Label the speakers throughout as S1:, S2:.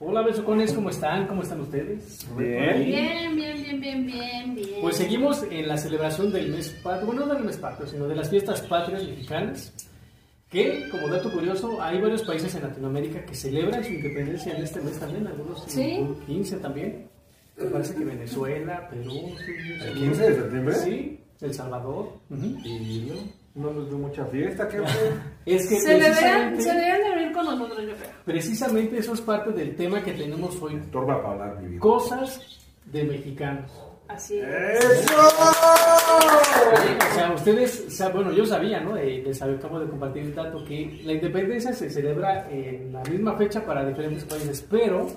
S1: Hola, besocones, ¿cómo están? ¿Cómo están ustedes?
S2: Bien.
S3: Bien, bien, bien, bien, bien, bien.
S1: Pues seguimos en la celebración del mes patrio, bueno, no del mes patrio, sino de las fiestas patrias mexicanas, que, como dato curioso, hay varios países en Latinoamérica que celebran su independencia en este mes también, algunos en
S3: Sí.
S1: un 15 también. Me parece que Venezuela, Perú... sí, sí,
S2: ¿El
S1: sí.
S2: 15 de septiembre?
S1: Sí, El Salvador.
S2: No nos dio mucha fiesta, ¿qué fue?
S1: Es que
S3: se deberán,
S1: precisamente-
S3: se deberán de abrir con nosotros, yo creo.
S1: precisamente eso es parte del tema que tenemos hoy.
S2: Torba para hablar, mi vida.
S1: Cosas de mexicanos.
S3: Así
S1: Eh.
S3: es.
S2: ¡Eso!
S1: O sea, ustedes, sa- bueno, yo sabía, ¿no? Eh, les acabo de compartir el dato que la independencia se celebra en la misma fecha para diferentes países, pero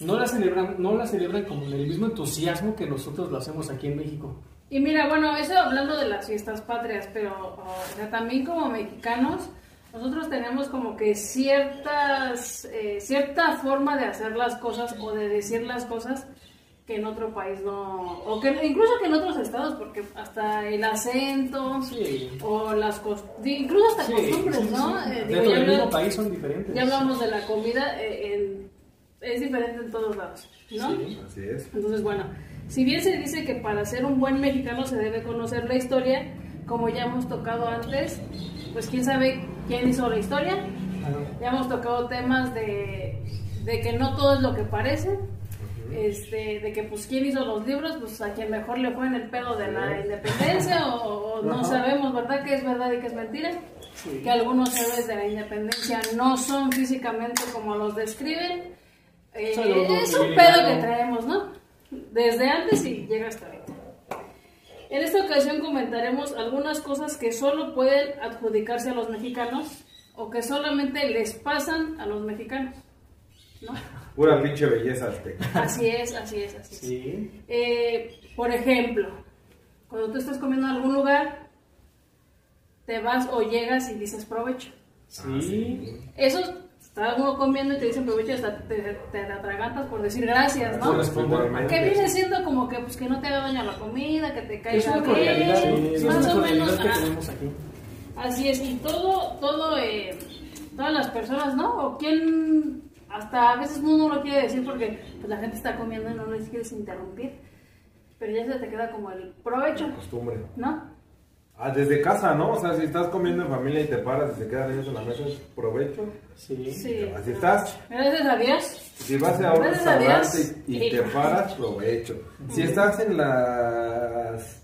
S1: no la celebran, no la celebran como en el mismo entusiasmo que nosotros lo hacemos aquí en México.
S3: Y mira, bueno, eso hablando de las fiestas patrias, pero o sea, también como mexicanos, nosotros tenemos como que ciertas, eh, cierta forma de hacer las cosas o de decir las cosas que en otro país no, o que incluso que en otros estados, porque hasta el acento
S1: Sí.
S3: o las costumbres, incluso hasta
S1: Sí, sí,
S3: costumbres,
S1: sí,
S3: ¿no?
S1: sí.
S3: Eh, digo,
S1: Dentro
S3: ya
S1: del mismo
S3: hablan-
S1: país son diferentes.
S3: Ya hablamos de la comida, eh, en- es diferente en todos lados, ¿no?
S1: Sí.
S2: Así es.
S3: Entonces, bueno, si bien se dice que para ser un buen mexicano se debe conocer la historia, como ya hemos tocado antes, pues quién sabe quién hizo la historia.
S1: Ah, no.
S3: Ya hemos tocado temas de, de que no todo es lo que parece, este, de que pues quién hizo los libros, pues a quien mejor le fue en el pedo de la independencia o, o no
S1: Ajá.
S3: sabemos, ¿verdad? Que es verdad y que es mentira
S1: Sí.
S3: que algunos héroes de la independencia no son físicamente como los describen. Eh,
S1: Solo uno
S3: es un
S1: miligramo.
S3: pedo que traemos, ¿no? Desde antes y llega hasta ahorita. En esta ocasión comentaremos algunas cosas que solo pueden adjudicarse a los mexicanos o que solamente les pasan a los mexicanos. ¿No?
S2: Pura pinche belleza azteca.
S3: Así es, así es, así es.
S1: Sí.
S3: Eh, por ejemplo, cuando tú estás comiendo en algún lugar, te vas o llegas y dices provecho.
S1: Sí.
S3: Eso está uno comiendo y te dicen provecho, hasta te, te atragantas por decir gracias,
S1: Por
S3: ¿no?
S1: respeto.
S2: Igualmente.
S3: Que viene siendo como que pues que no te haga daño la comida, que te
S1: Es
S3: caiga
S1: una cordialidad,
S3: bien,
S1: es
S3: más
S1: una
S3: o menos.
S1: cordialidad que
S3: ajá.
S1: tenemos aquí.
S3: Así es, y todo, todo, eh, todas las personas, ¿no? O quién, hasta a veces uno no lo quiere decir porque pues, la gente está comiendo y no les quieres interrumpir, pero ya se te queda como el provecho,
S2: Costumbre.
S3: ¿no?
S2: Ah, desde casa, ¿no? O sea, si estás comiendo en familia y te paras y se quedan ellos en la mesa, es provecho.
S1: Sí.
S3: Sí.
S2: Así estás.
S3: Gracias a Dios.
S2: Si vas a un
S3: Gracias a
S2: restaurante y,
S3: Dios.
S2: y te paras, provecho. Si estás en las.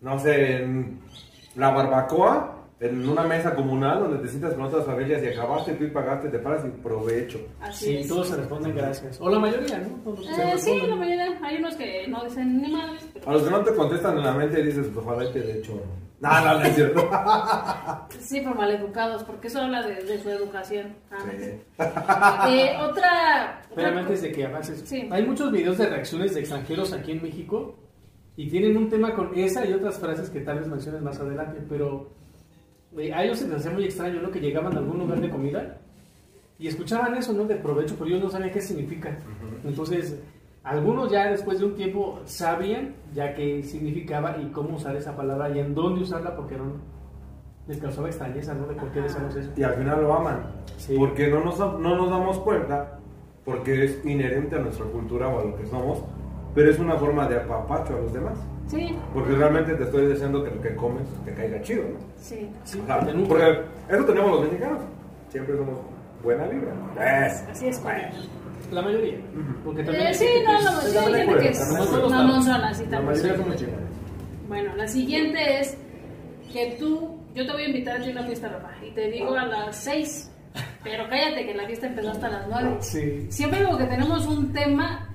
S2: No sé, en la barbacoa, en una mesa comunal donde te sientas con otras familias y acabaste tú y pagaste, te paras y provecho.
S3: Así
S1: Sí,
S3: es.
S1: todos se responden gracias. O la mayoría, ¿no? Todos se
S3: Eh, sí,
S1: responden.
S3: la mayoría. Hay unos que no dicen ni madres, pero
S2: A los que no te contestan en la mente dices, "Pues, ojalá y te dé chorro. No, no, no es cierto.
S3: sí, por maleducados, porque eso habla de, de su educación. Ah, no.
S2: Sí.
S3: Eh, otra.
S1: Espérame
S3: otra-
S1: antes de que avances.
S3: Sí.
S1: Hay muchos videos de reacciones de extranjeros aquí en México y tienen un tema con esa y otras frases que tal vez menciones más adelante, pero eh, a ellos se les hacía muy extraño, ¿no? Que llegaban a algún lugar de comida y escuchaban eso, ¿no? De provecho, pero ellos no sabían qué significa. Entonces, algunos ya después de un tiempo sabían ya qué significaba y cómo usar esa palabra y en dónde usarla porque no les causaba extrañeza, ¿no? De por qué decíamos eso.
S2: Y al final lo aman.
S1: Sí.
S2: Porque no nos, no nos damos cuenta, porque es inherente a nuestra cultura o a lo que somos, pero es una forma de apapacho a los demás.
S3: Sí,
S2: Porque realmente te estoy deseando que lo que comes te caiga chido, ¿no?
S3: sí.
S1: Sí,
S2: O sea,
S1: porque nunca-
S2: porque eso tenemos los mexicanos. Siempre somos buena libra. Es.
S3: Así es.
S2: Bueno.
S1: La mayoría. Porque también
S3: Eh,
S1: hay
S3: sí,
S1: gente que
S3: no,
S1: es-
S3: la mayoría hay gente que es-
S2: La mayoría
S3: no, no son así
S2: La
S3: tan
S2: mayoría somos chingones.
S3: Bueno, la siguiente es que tú. Yo te voy a invitar a ti a una fiesta, papá, y te digo a las 6. Pero cállate que la fiesta empezó hasta las 9.
S1: Sí.
S3: Siempre como que tenemos un tema,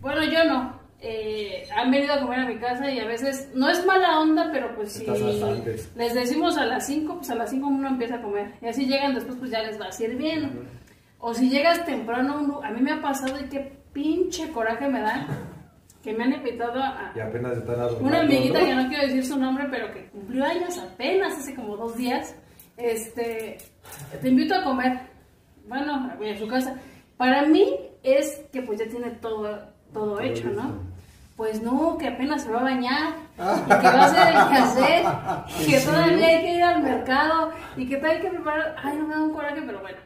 S3: bueno, yo no. eh, han venido a comer a mi casa y a veces no es mala onda, pero pues si
S2: Estás hasta antes.
S3: les decimos a las 5, pues a las 5 uno empieza a comer. Y así llegan después, pues ya les va sirviendo. O si llegas temprano, a un lu- a mí me ha pasado y qué pinche coraje me da que me han invitado a,
S2: Y apenas están adorando.
S3: una amiguita que no quiero decir su nombre, pero que cumplió años apenas hace como dos días. Este, te invito a comer. Bueno, voy a su casa. Para mí es que pues ya tiene todo, todo hecho, ¿no? Pues no, que apenas se va a bañar, y que va a hacer el quehacer, y que todavía hay que ir al mercado, y que todavía hay que preparar. Ay, no me da un coraje, pero bueno.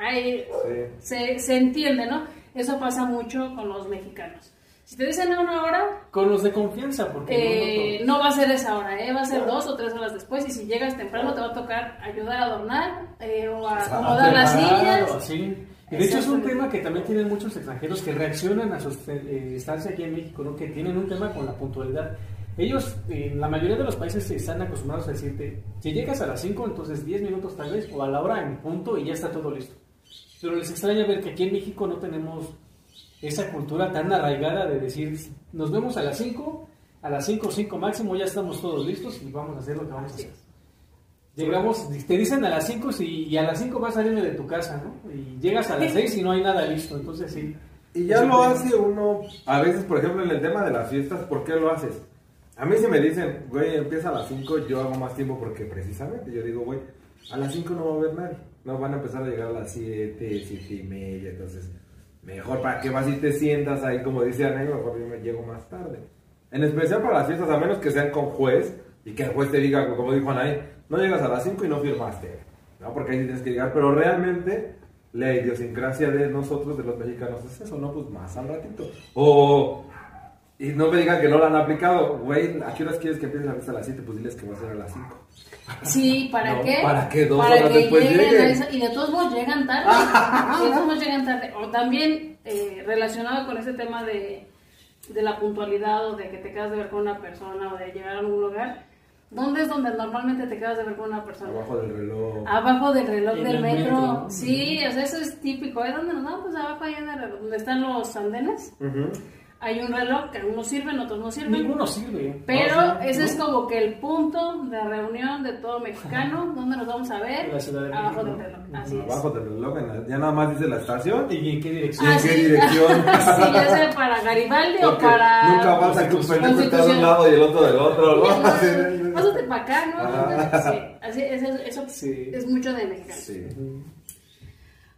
S3: Ay,
S2: Sí.
S3: se, se entiende, ¿no? Eso pasa mucho con los mexicanos. Si te dicen a una hora,
S1: Con los de confianza, porque
S3: eh,
S1: no,
S3: no va a ser esa hora, ¿eh? va a ser dos o tres horas después y si llegas temprano te va a tocar ayudar a adornar eh, o a
S1: no-
S3: acomodar las
S1: preparar,
S3: sillas.
S1: sí. Ah, Y de hecho es un
S3: Exactamente.
S1: tema que también tienen muchos extranjeros que reaccionan a su eh, estancia aquí en México, ¿no? que tienen un tema con la puntualidad. Ellos, en la mayoría de los países, se están acostumbrados a decirte, si llegas a las 5, entonces 10 minutos tal vez, o a la hora en punto y ya está todo listo. Pero les extraña ver que aquí en México no tenemos esa cultura tan arraigada de decir, nos vemos a las 5, a las 5, 5 máximo, ya estamos todos listos y vamos a hacer lo que vamos a hacer. Llegamos, te dicen a las 5 y, y a las 5 vas a salirme de tu casa, ¿no? Y llegas a las 6 y no hay nada listo, entonces sí.
S2: Y ya
S1: Sí,
S2: lo
S1: sí.
S2: hace uno, a veces, por ejemplo, en el tema de las fiestas, ¿por qué lo haces? A mí si me dicen, güey, empieza a las 5, yo hago más tiempo porque precisamente yo digo, güey, a las 5 no va a haber nadie. No van a empezar a llegar a las 7, 7 y media, entonces, mejor para que vas y te sientas ahí, como dice Ana, mejor yo me llego más tarde. En especial para las fiestas, a menos que sean con juez y que el juez te diga, como dijo Anaí, no llegas a las 5 y no firmaste, ¿no? Porque ahí sí tienes que llegar, pero realmente la idiosincrasia de nosotros, de los mexicanos, es eso, ¿no? Pues más al ratito. O, y no me digan que no la han aplicado, güey, ¿a qué horas quieres que empiece la fiesta a las 7? Pues diles que va a ser a las 5.
S3: Sí, ¿para
S2: No,
S3: qué?
S2: para que dos
S3: Para
S2: horas
S3: que
S2: después
S3: lleguen a
S2: lleguen.
S3: esa- Y de todos modos llegan tarde. de todos modos llegan tarde. O también eh, relacionado con ese tema de, de la puntualidad o de que te quedas de ver con una persona o de llegar a algún lugar. ¿Dónde es donde normalmente te quedas de ver con una persona?
S2: Abajo del reloj.
S3: Abajo del reloj
S1: En
S3: del
S1: el
S3: metro.
S1: metro.
S3: Sí, o sea, eso es típico. ¿eh? ¿Dónde nos vamos? Pues abajo ahí en el reloj. Donde están los andenes.
S2: Ujú.
S3: Hay un reloj que algunos sirven, otros no sirven.
S1: Ninguno sirve.
S3: Pero
S1: No, o sea,
S3: ese
S1: no.
S3: es como que el punto de reunión de todo mexicano, donde nos vamos a ver.
S1: La Ciudad de
S3: abajo
S1: México.
S3: del reloj. Así es.
S2: Abajo del reloj, en la- ya nada más dice la estación.
S1: ¿Y en qué dirección?
S2: ¿Y en
S3: Ah,
S2: qué
S3: sí.
S2: dirección?
S3: Sí, ya sea para Garibaldi o
S2: Porque
S3: para.
S2: nunca vas a que un pendejo esté de un lado y el otro del otro. ¿no?
S3: Pásate- Pásate para acá, ¿no?
S2: Ah.
S3: Sí, así, eso eso
S1: Sí.
S3: es mucho de mexicano.
S2: Sí.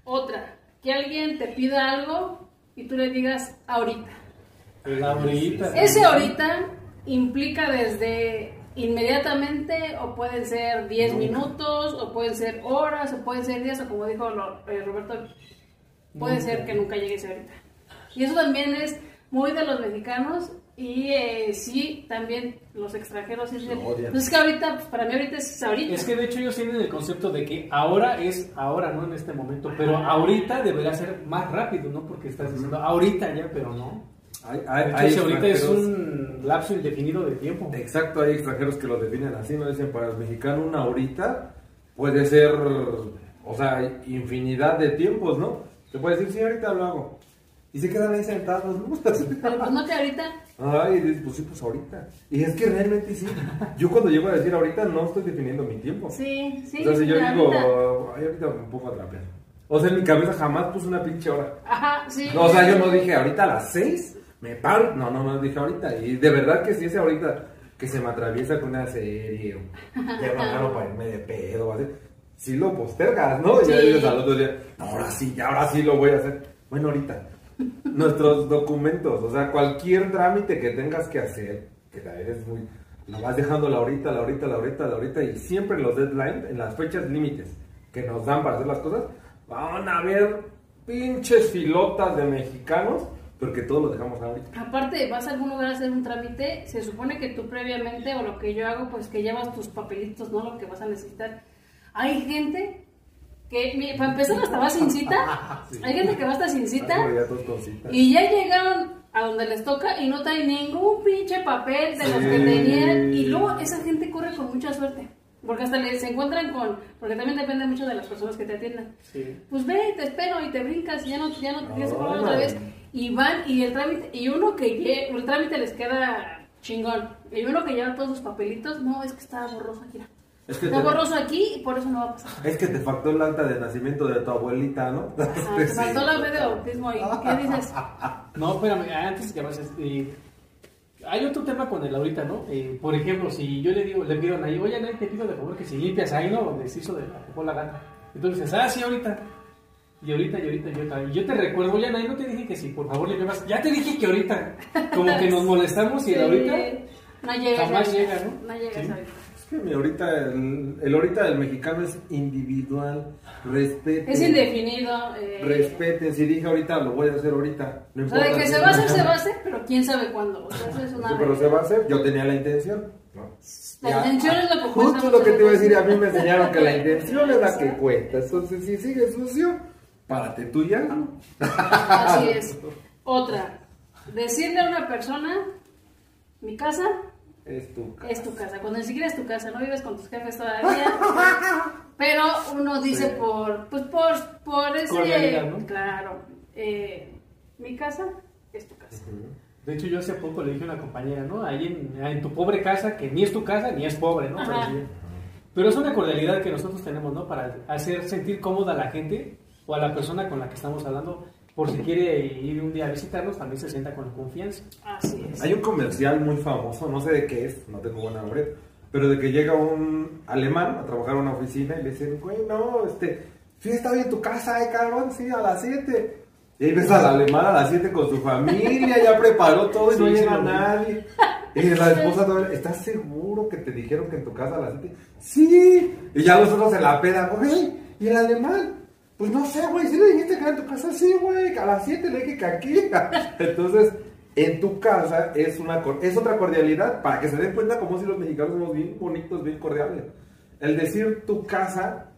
S3: Otra, que alguien te pida algo y tú le digas ahorita.
S1: La ahorita.
S3: Ese ahorita implica desde inmediatamente, o pueden ser 10 minutos, o pueden ser horas, o pueden ser días, o como dijo lo- eh, Roberto, puede
S1: Nunca.
S3: ser que nunca llegue ese ahorita. Y eso también es muy de los mexicanos y eh, sí, también los extranjeros. sí dicen,
S2: Lo odian.
S3: "Pues es que ahorita, pues, para mí ahorita es ahorita.
S1: Es que de hecho ellos tienen el concepto de que ahora es ahora, no en este momento, pero ahorita debería ser más rápido, ¿no? Porque estás diciendo ahorita ya, pero no.
S2: Hay,
S1: De
S2: hay,
S1: hecho,
S2: hay
S1: si ahorita es
S2: extranjeros-
S1: un lapso indefinido de tiempo.
S2: Exacto, hay extranjeros que lo definen así, no dicen para el mexicano una horita puede ser, o sea, infinidad de tiempos, ¿no? Te puede decir, sí, ahorita lo hago. Y se quedan ahí sentados, ¿no?
S3: Pero pues no que ahorita,
S2: Ay, y dices, pues sí, pues ahorita. Y es que realmente sí. Yo cuando llego a decir ahorita no estoy definiendo mi tiempo.
S3: sí, sí.
S2: o sea, si yo
S3: ahorita.
S2: digo, ay, ahorita me pongo a trapear. O sea, en mi cabeza jamás puse una pinche hora.
S3: Ajá, sí.
S2: No, o sea, yo no dije ahorita a las 6, me paro. No, no, no dije ahorita. Y de verdad que si ese ahorita que se me atraviesa con una serie, o ya me agarro para irme de pedo, o así, si lo postergas, ¿no? Y ya
S3: Sí.
S2: dices al otro día, "No, ahora sí, ya ahora sí lo voy a hacer. Bueno, ahorita. Nuestros documentos, o sea, cualquier trámite que tengas que hacer, que la eres muy. Lo vas dejando la ahorita, la ahorita, la ahorita, la ahorita, y siempre los deadlines, en las fechas límites que nos dan para hacer las cosas, van a haber pinches filotas de mexicanos, porque todo lo dejamos ahorita.
S3: Aparte, vas a algún lugar a hacer un trámite, se supone que tú previamente, o lo que yo hago, pues que llevas tus papelitos, ¿no? Lo que vas a necesitar. Hay gente que, mi- para empezar, hasta va sin cita.
S2: Sí.
S3: Hay gente que va hasta sin
S2: Ah,
S3: cita
S2: pero ya todos con citas.
S3: y ya llegaron a donde les toca y no traen ningún pinche papel de los que
S2: Sí.
S3: tenían. Y luego esa gente corre con mucha suerte. Porque hasta les- se encuentran con. Porque también depende mucho de las personas que te atiendan
S1: Sí.
S3: pues ve, te espero y te brincas y ya no, ya no te tienes que volver
S2: No,
S3: otra
S2: no.
S3: vez. Y van y el trámite, y uno que lle- el trámite les queda chingón. Y uno que lleva todos sus papelitos, no, es que está borroso aquí. mira.
S2: Es que
S3: está
S2: te-
S3: borroso aquí y por eso no va a pasar.
S2: Es que te faltó el acta de nacimiento de tu abuelita, ¿no?
S3: Ah, te faltó la fe de bautismo ahí. ¿Qué dices?
S1: No, espérame, antes que avances, eh, hay otro tema con el ahorita, ¿no? Eh, por ejemplo, si yo le digo, le pido a Nay, oye, Nay, te pido de favor que si limpias ahí, ¿no? Donde se hizo de la popó la gata. Entonces, dices, ah, sí, ahorita. Y ahorita, y ahorita, y ahorita. Y yo te recuerdo, oye, Nay, no te dije que sí, por favor, le llevas. Ya te dije que ahorita. Como que nos molestamos y el ahorita.
S3: Sí, No llegas
S1: jamás
S3: a-
S1: llega, ¿no?
S3: No llegas
S1: Sí.
S3: a-
S2: Es que mi ahorita, el, el ahorita del mexicano es individual, respeten.
S3: Es indefinido. eh,
S2: Respeten, si dije ahorita, lo voy a hacer ahorita. No
S3: o
S2: importa.
S3: sea, de que se va a hacer, se va a hacer, pero quién sabe cuándo. O sea, eso es una.
S2: Sí, pero se va a hacer, yo tenía la intención. ¿no?
S3: La
S2: Ya,
S3: intención es lo que cuesta
S2: Justo lo
S3: muchas
S2: que te iba a decir,
S3: veces.
S2: a mí me enseñaron que la intención es la que cuesta. Entonces, si sigue sucio, párate tú ya.
S3: Así es. Otra. Decirle a una persona, mi casa
S2: Es tu casa.
S3: es tu casa. Cuando ni siquiera es tu casa, no vives con tus jefes todavía. Pero uno dice
S2: Sí.
S3: por, pues por, por ese.
S1: Cordialidad, ¿no?
S3: Claro. eh, mi casa es tu casa.
S1: De hecho, yo hace poco le dije a una compañera, ¿no? Ahí en, en tu pobre casa, que ni es tu casa ni es pobre, ¿no? Pero,
S3: Ajá.
S1: sí. Pero es una cordialidad que nosotros tenemos, ¿no? Para hacer sentir cómoda a la gente o a la persona con la que estamos hablando. Por si quiere ir un día a visitarnos, también se sienta con confianza.
S3: Así es.
S2: Hay un comercial muy famoso, no sé de qué es, no tengo buen nombre, pero de que llega un alemán a trabajar a una oficina y le dicen, güey, no, este, sí está bien tu casa, eh, cabrón, sí, a las 7. Y ahí ves al alemán a las 7 con su familia, ya preparó todo y no
S1: Sí, sí,
S2: llega
S1: lo vi.
S2: nadie. Y la esposa todavía, ¿estás seguro que te dijeron que en tu casa a las 7? Sí. Y ya los otros se la peda, güey, ¿y el alemán? Pues no sé, güey, si le dijiste que era en tu casa, sí, güey, a las 7 le dije que aquí. Entonces, en tu casa es, una, cor- es otra cordialidad, para que se den cuenta como si los mexicanos somos bien bonitos, bien cordiales. El decir tu casa,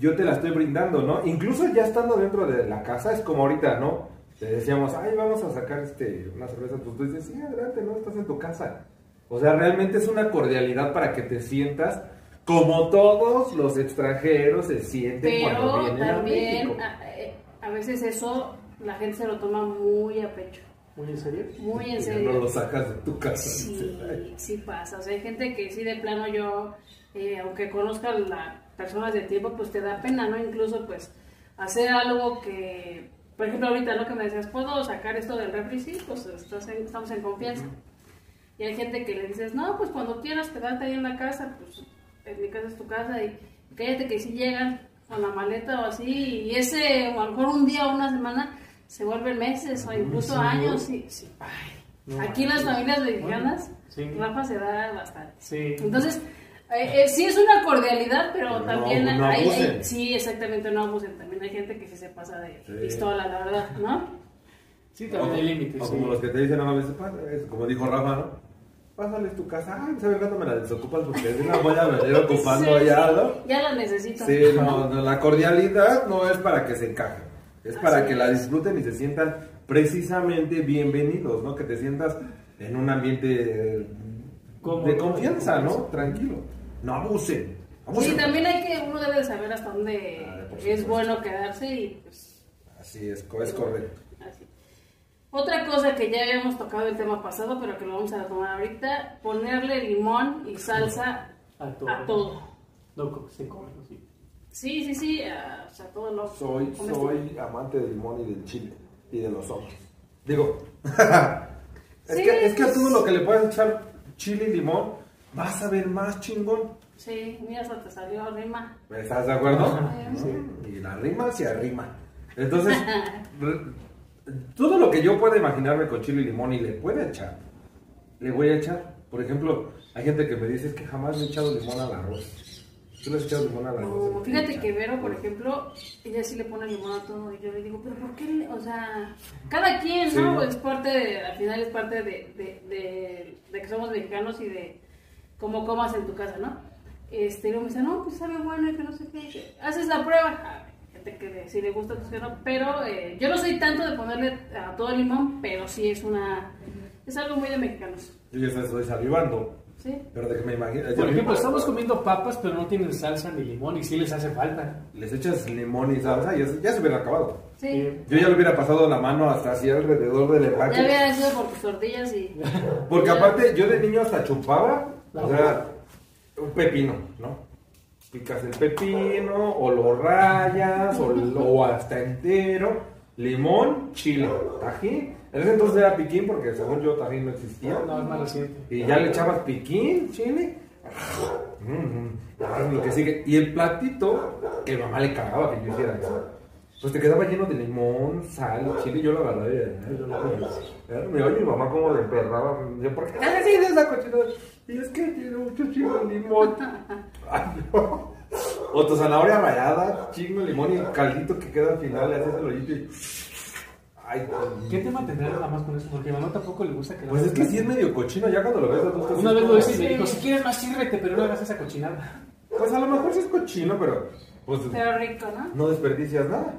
S2: yo te la estoy brindando, ¿no? Incluso ya estando dentro de la casa, es como ahorita, ¿no? Te decíamos, ay, vamos a sacar este, una cerveza, pues tú dices, sí, adelante, ¿no? Estás en tu casa. O sea, realmente es una cordialidad para que te sientas como todos los extranjeros se sienten cuando
S3: Pero
S2: vienen a México.
S3: también a, eh, a veces eso la gente se lo toma muy a pecho.
S1: Muy en serio.
S3: Muy en
S2: Ya
S3: serio.
S2: No lo sacas de tu casa.
S3: Sí, sí pasa. O sea, hay gente que sí de plano yo, eh, aunque conozca a las personas de tiempo, pues te da pena, ¿no? Incluso pues hacer algo que, por ejemplo, ahorita lo que me decías, ¿puedo sacar esto del refri? Sí, pues estás en- estamos en confianza. Y hay gente que le dices, no, pues cuando quieras quedarte ahí en la casa, pues en mi casa es tu casa y cállate que si llegan con la maleta o así, y ese, o a lo mejor un día o una semana, se vuelven meses o incluso años. Sí, sí.
S1: No
S3: Aquí en las
S1: manches.
S3: familias mexicanas,
S1: Sí.
S3: Rafa se da bastante.
S1: Sí.
S3: Entonces, eh, eh, sí es una cordialidad, pero
S2: No,
S3: también
S2: no
S3: hay,
S2: abusen.
S3: hay- Sí, exactamente, no abusen. También hay gente que sí se pasa de
S2: Sí.
S3: pistola, la verdad, ¿no?
S1: Sí, también hay límites.
S2: O
S1: sí.
S2: como los que te dicen a veces, "Pásale", es como dijo Rafa, ¿no? Pásales tu casa, ay, ¿sabes cuándo me la desocupas? Porque es una voy a venir ocupando
S3: Sí,
S2: allá,
S3: sí,
S2: ¿no?
S3: Ya la necesito.
S2: Sí, no, no, la cordialidad no es para que se encajen, es para
S3: Así
S2: que la disfruten y se sientan precisamente bienvenidos, ¿no? Que te sientas en un ambiente eh,
S1: Cómodo.
S2: de confianza, ¿no? Tranquilo. No abusen. abusen.
S3: Sí, también hay que, uno debe de saber hasta dónde
S2: Ah, por
S3: es
S2: supuesto.
S3: bueno quedarse y pues
S2: Así es, co- es correcto.
S3: así. Otra cosa que ya habíamos tocado el tema pasado, pero que lo vamos a tomar ahorita, ponerle limón y salsa
S1: A todo.
S3: a todo.
S1: No, co- se come, ¿no? sí.
S3: Sí, sí, sí, a- o sea, todo lo
S2: Soy,
S3: comestible.
S2: soy amante del limón y del chile y de los ojos. Digo, es,
S3: Sí,
S2: que, es que a
S3: pues-
S2: todo lo que le puedas echar chile y limón, vas a ver más chingón.
S3: Sí, mira, hasta te salió rima.
S2: ¿Estás de acuerdo?
S1: Sí.
S2: Y la rima se arrima. Entonces, re- todo lo que yo pueda imaginarme con chile y limón y le pueda echar, le voy a echar. Por ejemplo, hay gente que me dice es que jamás le he echado limón al arroz. ¿Tú le has echado
S3: Ah,
S2: limón al arroz?
S3: No, Oh, fíjate que Vero, por ejemplo, ella sí le pone limón a todo y yo le digo, pero ¿por qué? le- O sea, cada quien,
S2: Sí,
S3: ¿no?
S2: ¿no?
S3: Es parte, de- al final es parte de, de, de- de que somos mexicanos y de cómo comas en tu casa, ¿no? Este, y luego me dice, no, pues sabe bueno y que no sé qué. y que, Haces la prueba. A ver, gente que le- si le gusta, pues que no. Pero eh, yo no soy tanto de ponerle a todo limón, pero sí es una... Es algo muy de mexicanos,
S2: Yo ya estoy salivando.
S3: ¿sí?
S2: Pero de que me imagino.
S1: Por ejemplo, estamos comiendo papas, pero no tienen salsa ni limón y sí les hace falta.
S2: Les echas limón y salsa y ya, se- ya se hubiera acabado.
S3: Sí.
S1: Eh,
S2: Yo ya le hubiera pasado la mano hasta así alrededor del
S3: Ya
S2: empaque.
S3: había sido por tus tortillas y...
S2: Porque aparte, yo de niño hasta chupaba, o sea, un pepino, ¿no? Picas el pepino, o lo rayas, o, lo- hasta entero, limón, chile, tajín. En ese entonces era piquín porque según yo tajín no existía.
S1: No, es más reciente.
S2: Y ya le echabas piquín, chile. Mm, mm, ah, lo que sigue. Y el platito, que mamá le cagaba que yo hiciera eso. pues te quedaba lleno de limón, sal, chile, yo lo agarraba y ay, yo lo comía. Era- Me oye mi mamá como de emperraba, me decía, ¿por qué te haces esa cochinada? Y es que tiene mucho chile de limón. Ay, no. O tu zanahoria rallada, chingo de limón y el caldito que queda al final, le haces el hoyito y... Ay, no.
S1: ¿Qué tema tendrá nada más con eso? Porque a mi mamá tampoco le gusta que la
S2: Pues es que
S1: hagan.
S2: sí es medio cochino, ya cuando lo ves adulto, sí
S1: Una
S2: es
S1: vez
S2: como-
S1: lo hice y me
S3: Sí.
S1: dijo, si quieres más sírvete, pero no hagas esa cochinada.
S2: Pues a lo mejor sí es cochino, pero... Pues
S3: Pero rico, ¿no?
S2: no desperdicias nada,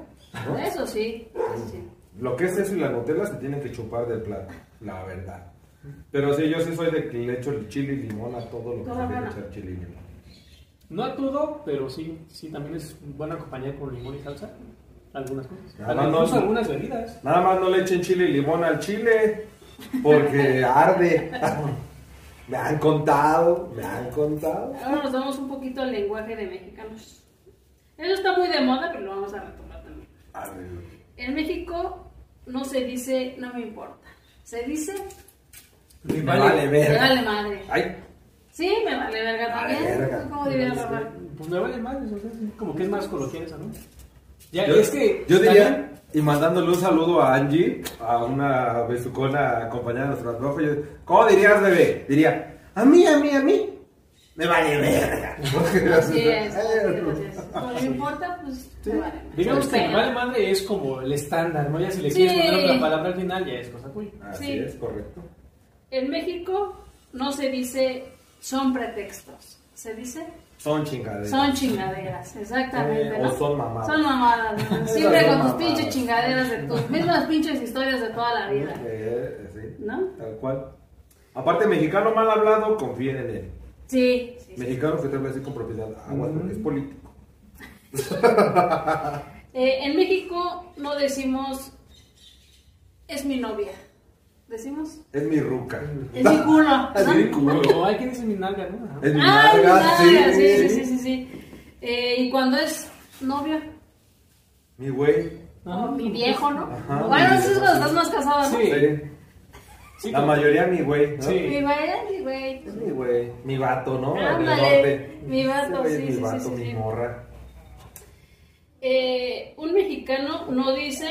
S2: ¿no?
S3: Eso sí. eso sí.
S2: Lo que es eso y la Nutella se tienen que chupar del plato, la verdad. Pero sí, yo sí soy de que le echo el chile y limón a todo lo que
S3: Todo
S2: se debe
S3: bueno.
S2: echar chile y limón.
S1: No a todo, pero sí, sí también es buena compañía con limón y salsa. Algunas cosas.
S2: Ah,
S1: Algunas-
S2: no,
S1: incluso
S2: no.
S1: algunas bebidas.
S2: Nada más no le echen chile y limón al chile, porque arde. me han contado, me han contado.
S3: Ahora nos vamos un poquito al lenguaje de mexicanos. Eso está muy de moda, pero lo vamos a retomar también.
S2: A ver,
S3: En México no se dice no me importa. Se dice
S2: me
S1: vale-
S2: vale
S3: me
S2: verga.
S3: vale madre.
S2: Ay,
S3: Sí, me vale verga
S2: Vale verga.
S3: también. ¿Cómo diría Rafael?
S1: Pues me vale más, o sea, es como que es más coloquial esa, ¿no? Ya,
S2: yo,
S1: es que.
S2: yo
S1: también-
S2: diría, y mandándole un saludo a Angie, a una besucona compañera de nuestro trabajo, yo, ¿cómo dirías, bebé? Diría, a mí, a mí, a mí, me vale verga.
S3: Así es. así es. No me importa, pues me vale madre.
S1: Digamos que
S3: Pero-
S1: me vale madre es como el estándar, ¿no? Ya si le
S3: Sí.
S1: quieres poner otra palabra al final, ya es cosa tuya.
S2: Así
S3: Sí.
S2: es, correcto.
S3: En México no se dice son pretextos. Se dice
S2: Son chingaderas.
S3: son chingaderas. Exactamente.
S2: Eh,
S3: ¿no?
S2: o son mamadas.
S3: Son mamadas. ¿no?
S2: Esas
S3: Siempre
S2: son
S3: con tus
S2: mamadas.
S3: pinches chingaderas de tus mismas pinches historias de toda la vida.
S2: Eh, eh, sí.
S3: ¿No?
S2: Tal cual. Aparte, mexicano mal hablado, confíen en él.
S3: Sí, sí, sí.
S2: Mexicano que te habla así con propiedad. Agua,
S1: Mm.
S2: porque es político.
S3: Eh, en México no decimos es mi novia. Decimos
S2: Es mi ruca.
S3: es mi culo.
S2: Es
S3: ¿no?
S2: mi culo.
S1: O hay que decir mi nalga, ¿no? Ajá.
S2: Es mi
S3: Ay, mi
S2: nalga,
S3: nalga, sí, sí, sí, sí, sí. Eh, y cuando es novio
S2: Mi güey.
S3: o
S1: Ajá.
S3: mi viejo, ¿no?
S2: Ajá.
S3: bueno, eso es cuando estás más casado, ¿no?
S1: Sí.
S2: Sí.
S1: Sí,
S2: La
S1: como-
S2: mayoría mi güey. ¿no?
S1: Sí.
S3: Mi güey, mi güey.
S2: Es mi güey. Mi vato, ¿no?
S3: Ándale, mi vato,
S2: Es
S3: sí,
S2: mi
S3: sí,
S2: vato,
S3: sí, sí,
S2: mi
S3: sí.
S2: morra.
S3: Eh, un mexicano no dice,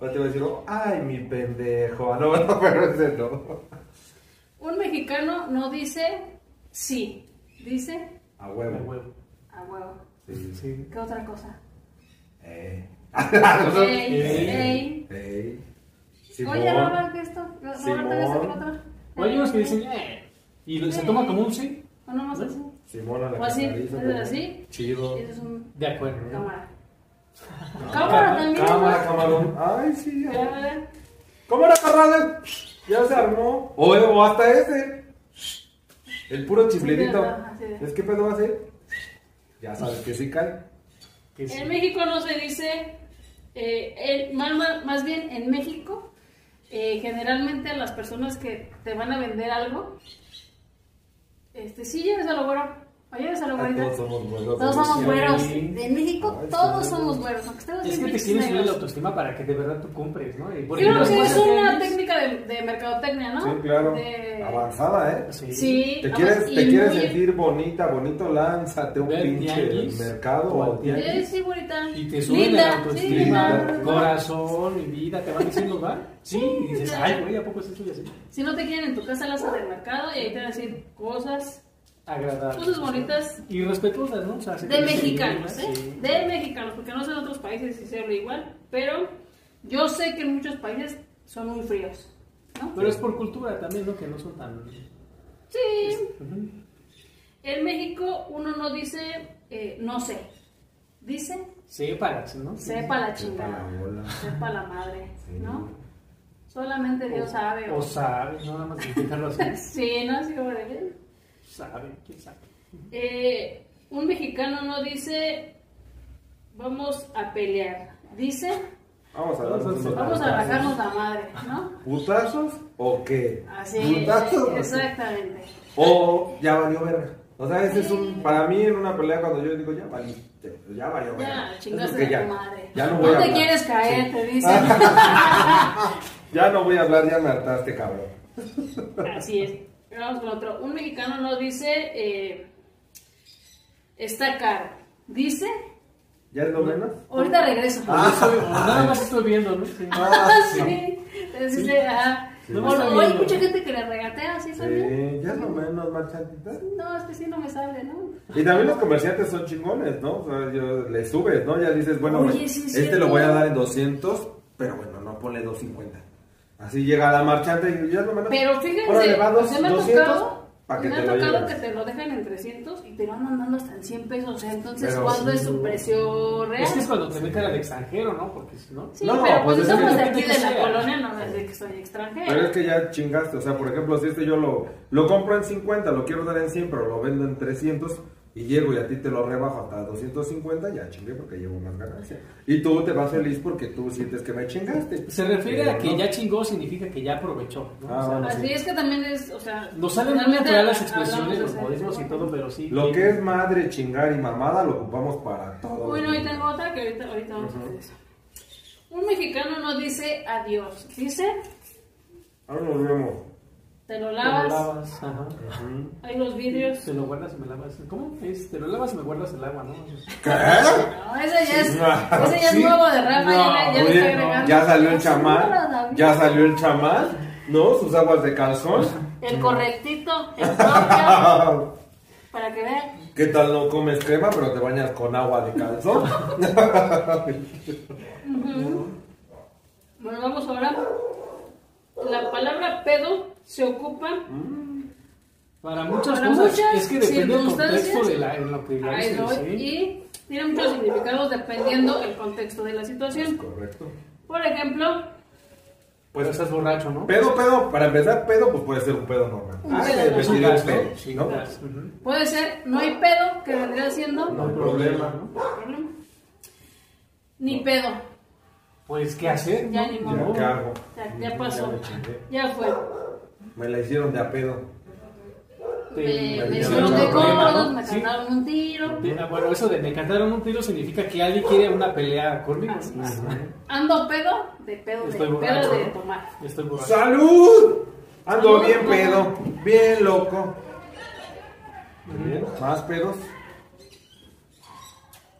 S2: Ahora te voy a decir, ay, mi pendejo. Ah, No, no, pero ese no.
S3: un mexicano no dice sí, dice
S2: A
S1: Me
S2: huevo.
S1: huevo.
S3: a huevo.
S2: Sí, sí.
S1: Sí.
S3: ¿Qué otra cosa?
S2: Eh.
S3: Ey,
S1: Ey.
S3: ey.
S2: Ey. Simón.
S3: Oye, Robert, ¿qué esto? Ro-
S2: Simón.
S3: Roberto, ¿qué es otra?
S1: O hay unos que dicen, eh, y lo- se toma como un sí.
S3: ¿O no más así?
S2: Simón a la
S3: O así,
S2: canariza,
S3: ¿es
S2: ¿verdad?
S3: así?
S2: Chido.
S3: Eso es un
S1: De acuerdo.
S3: cámara. Cámara también.
S2: Ah, Cámara,
S3: ¿no?
S2: camarón. Ay, sí. ya.
S3: Cámara.
S2: Cámara, carnal. Ya se armó. O, o hasta ese. El puro chiflidito.
S3: ajá, sí, de-
S2: Es que pedo va a ser. Ya sabes que sí cae.
S1: Que sí.
S3: En México no se dice, eh, el- más, más- más bien en México, eh, generalmente a las personas que te van a vender algo, este, sí lleves a lo güero, o lleves a lo
S2: Ah,
S3: güerita.
S2: Todos somos buenos.
S3: Todos somos
S2: Sí.
S3: güeros.
S1: Sí.
S3: En México
S2: Ay,
S3: todos
S2: sí.
S3: somos güeros, aunque estemos
S1: Es
S3: bien
S1: que te
S3: pinches
S1: tienes que subir la
S3: negros.
S1: autoestima para que de verdad tú compres, ¿no? Y por
S3: Creo
S1: ejemplo,
S3: que
S1: las
S3: es
S1: cosas
S3: una
S1: que
S3: técnica de, de mercadotecnia, ¿no?
S2: Sí, claro.
S3: De-
S2: Avanzada, ¿eh?
S1: hay- Sí.
S3: Sí.
S2: Te
S3: avanz-
S2: quieres,
S3: y
S2: te quieres
S3: muy-
S2: sentir bonita, bonito, lánzate un
S1: Ve al
S2: pinche
S1: tianguis,
S2: mercado
S1: o al
S2: o al tianguis.
S3: Eh, sí, bonita.
S1: Y te suben la
S3: Linda, sí,
S1: autoestima,
S2: linda.
S1: corazón, mi vida, te van diciendo, ¿va? Sí, y dices, ay, güey, ¿a poco es eso y así?
S3: Si no te quieren en tu casa, las haces del mercado y ahí te van a decir cosas
S1: Agradable.
S3: Cosas bonitas.
S1: Y respetuosas, ¿no? O sea, se
S3: de
S1: conocen
S3: mexicanos,
S1: bien,
S3: ¿eh?
S1: sí.
S3: De mexicanos, porque no sé en otros países si se habla igual, pero yo sé que en muchos países son muy fríos, ¿no?
S1: Pero es por cultura también, ¿no? Que no son tan...
S3: Sí.
S1: Ujú.
S3: En México uno no dice eh, no sé, dice
S1: Séparas, ¿no?
S3: sepa la
S2: Sepa la
S3: chingada,
S2: bola.
S3: sepa la madre,
S2: Sí.
S3: ¿no? Solamente Dios sabe.
S1: O sabe, nada más que dejarlo así.
S3: Sí, no, sí, órale.
S1: sabe, quién sabe.
S3: Eh, un mexicano no dice vamos a pelear, dice
S2: Vamos a darnos
S1: Vamos a-
S2: unos
S3: vamos a
S2: putazos.
S3: bajarnos la madre, ¿no?
S2: ¿Putazos o qué?
S3: Así
S2: ¿Putazos? o qué?
S3: exactamente.
S2: O ya valió verga. O sea, ese es un. Para mí, en una pelea, cuando yo digo ya valiste, ya valió verga.
S3: Ya,
S2: Es lo
S3: chingaste
S2: que
S3: a
S2: ya,
S3: tu madre.
S2: Ya no voy a
S3: te
S2: hablar.
S3: quieres caer,
S2: Sí.
S3: te dicen.
S2: Ya no voy a hablar, ya me hartaste, cabrón. Ah.
S3: Así es. Vamos con otro. Un mexicano no dice eh, está caro. Dice
S2: ¿Ya es lo menos?
S3: Ahorita regreso.
S1: Ah, nada más estoy viendo, ¿no? Sí.
S3: Ah, sí. Les dice, ah.
S1: No me
S3: O-
S1: está
S3: o hay
S1: viendo.
S3: mucha gente que le regatea, ¿sí sale?
S2: Sí, ya es lo menos, marchandita.
S3: No, es que sí no me sale, ¿no?
S2: Y también los comerciantes son chingones, ¿no? O sea, yo- le subes, ¿no? Ya dices, bueno,
S3: Oye, sí es
S2: este
S3: cierto.
S2: lo voy a dar en 200, pero bueno, no ponle 250. Así llega la marchante y ya es lo menos.
S3: Pero fíjense,
S2: Ahora le va dos-
S3: se me ha
S2: 200
S3: tocado,
S2: pa' que
S3: me
S2: te
S3: ha
S2: lo
S3: tocado
S2: lleves.
S3: que te lo dejan en 300 y te lo andan dando hasta en 100 pesos. O sea, entonces,
S2: Pero
S3: ¿cuándo
S2: sí.
S3: es su precio real?
S1: Es que es cuando te meten al extranjero, ¿no? Porque si no.
S3: Sí,
S2: No,
S3: pero
S2: pues,
S3: pues
S2: es que
S3: somos de
S1: depende
S3: aquí
S1: que
S3: de la
S1: sea.
S3: colonia, no desde que soy extranjero.
S2: Pero es que ya chingaste, o sea, por ejemplo, si este yo lo, lo compro en 50, lo quiero dar en 100, pero lo vendo en 300 y llego y a ti te lo rebajo hasta 250, ya chingué porque llevo más ganancia. Y tú te vas feliz porque tú sientes que me chingaste.
S1: Se refiere
S2: Pero
S1: a que
S2: no.
S1: ya chingó significa que ya aprovechó. ¿no?
S2: Ah,
S1: O sea,
S2: bueno.
S3: Así
S2: sí.
S3: es que también es, o sea...
S1: Nos salen muy
S3: realmente
S1: naturales las
S3: Pues, hablamos
S1: expresiones,
S3: de
S1: los
S3: ser-
S1: modismos y todo, pero sí.
S2: Lo que es madre, chingar y mamada lo ocupamos para todo.
S3: Uy, no, ahí tengo otra que ahorita, ahorita vamos a hacer eso. Un mexicano no dice adiós, dice
S2: Ahora nos vemos.
S3: te lo
S1: Te lo
S3: lavas,
S1: lavas, ajá. Pues,
S2: Ujú.
S3: hay los vidrios.
S1: Te lo guardas y me lavas. ¿Cómo? Es, te lo lavas y me guardas el agua, ¿no?
S3: No, ese ya
S2: No,
S3: es, ese ya es
S2: ¿Eh? sí.
S3: nuevo de Rafa, ya, le- ya le está
S2: Oye,
S3: agregando.
S2: ya salió el
S3: Ah, señora
S2: chamán,
S3: David.
S2: ya salió el chamán, ¿no? Sus aguas de calzón. Ah,
S3: El correctito, el propio, para que vean.
S2: ¿Qué tal no comes crema, pero te bañas con agua de calzón?
S3: Bueno, vamos ahora. La palabra pedo se ocupa
S1: Para muchas
S3: para
S1: cosas.
S3: muchas
S1: es que depende del
S3: circunstancias.
S1: contexto de la, en lo que la
S3: Ahí
S1: dices,
S3: voy.
S1: ¿sí?
S3: Y tiene muchos significados dependiendo el contexto de la situación.
S2: Correcto.
S3: Por ejemplo,
S1: Pues
S2: Pues
S1: estás borracho, ¿no?
S2: pedo, pedo, para empezar, pedo, pues puede ser un pedo normal.
S3: Un
S2: Ah,
S3: pedo
S2: que
S3: normal.
S2: me tiré
S1: gas,
S2: un pedo,
S1: Sí,
S2: ¿no?
S1: gas. Ujú.
S3: puede ser no hay pedo, que vendría siendo
S2: No hay problema, ¿no?
S3: problema. Ni pedo,
S1: Pues, ¿qué hacer?
S3: Ya
S1: no?
S3: ni
S2: Ya
S3: modo.
S2: cago.
S3: ya, ya pasó,
S2: Ya me chingué.
S3: ya fue.
S2: Me la hicieron de a pedo.
S1: Te-
S3: Me,
S2: me
S3: me
S2: hicieron
S3: hicieron de
S2: problema,
S3: cómodos,
S1: ¿no?
S3: me
S1: Sí.
S3: cantaron un tiro.
S1: Te- ah, Bueno, eso de me cantaron un tiro significa que alguien quiere una pelea conmigo.
S3: Así
S1: ¿no?
S3: es.
S1: Ajá.
S3: Ando pedo, de pedo, de
S1: Estoy
S3: pedo
S1: borracho.
S3: de tomar.
S1: Estoy borracho.
S2: Pues, ¡Salud! Ando
S3: Salud.
S2: bien pedo, bien loco. Bien, Más pedos.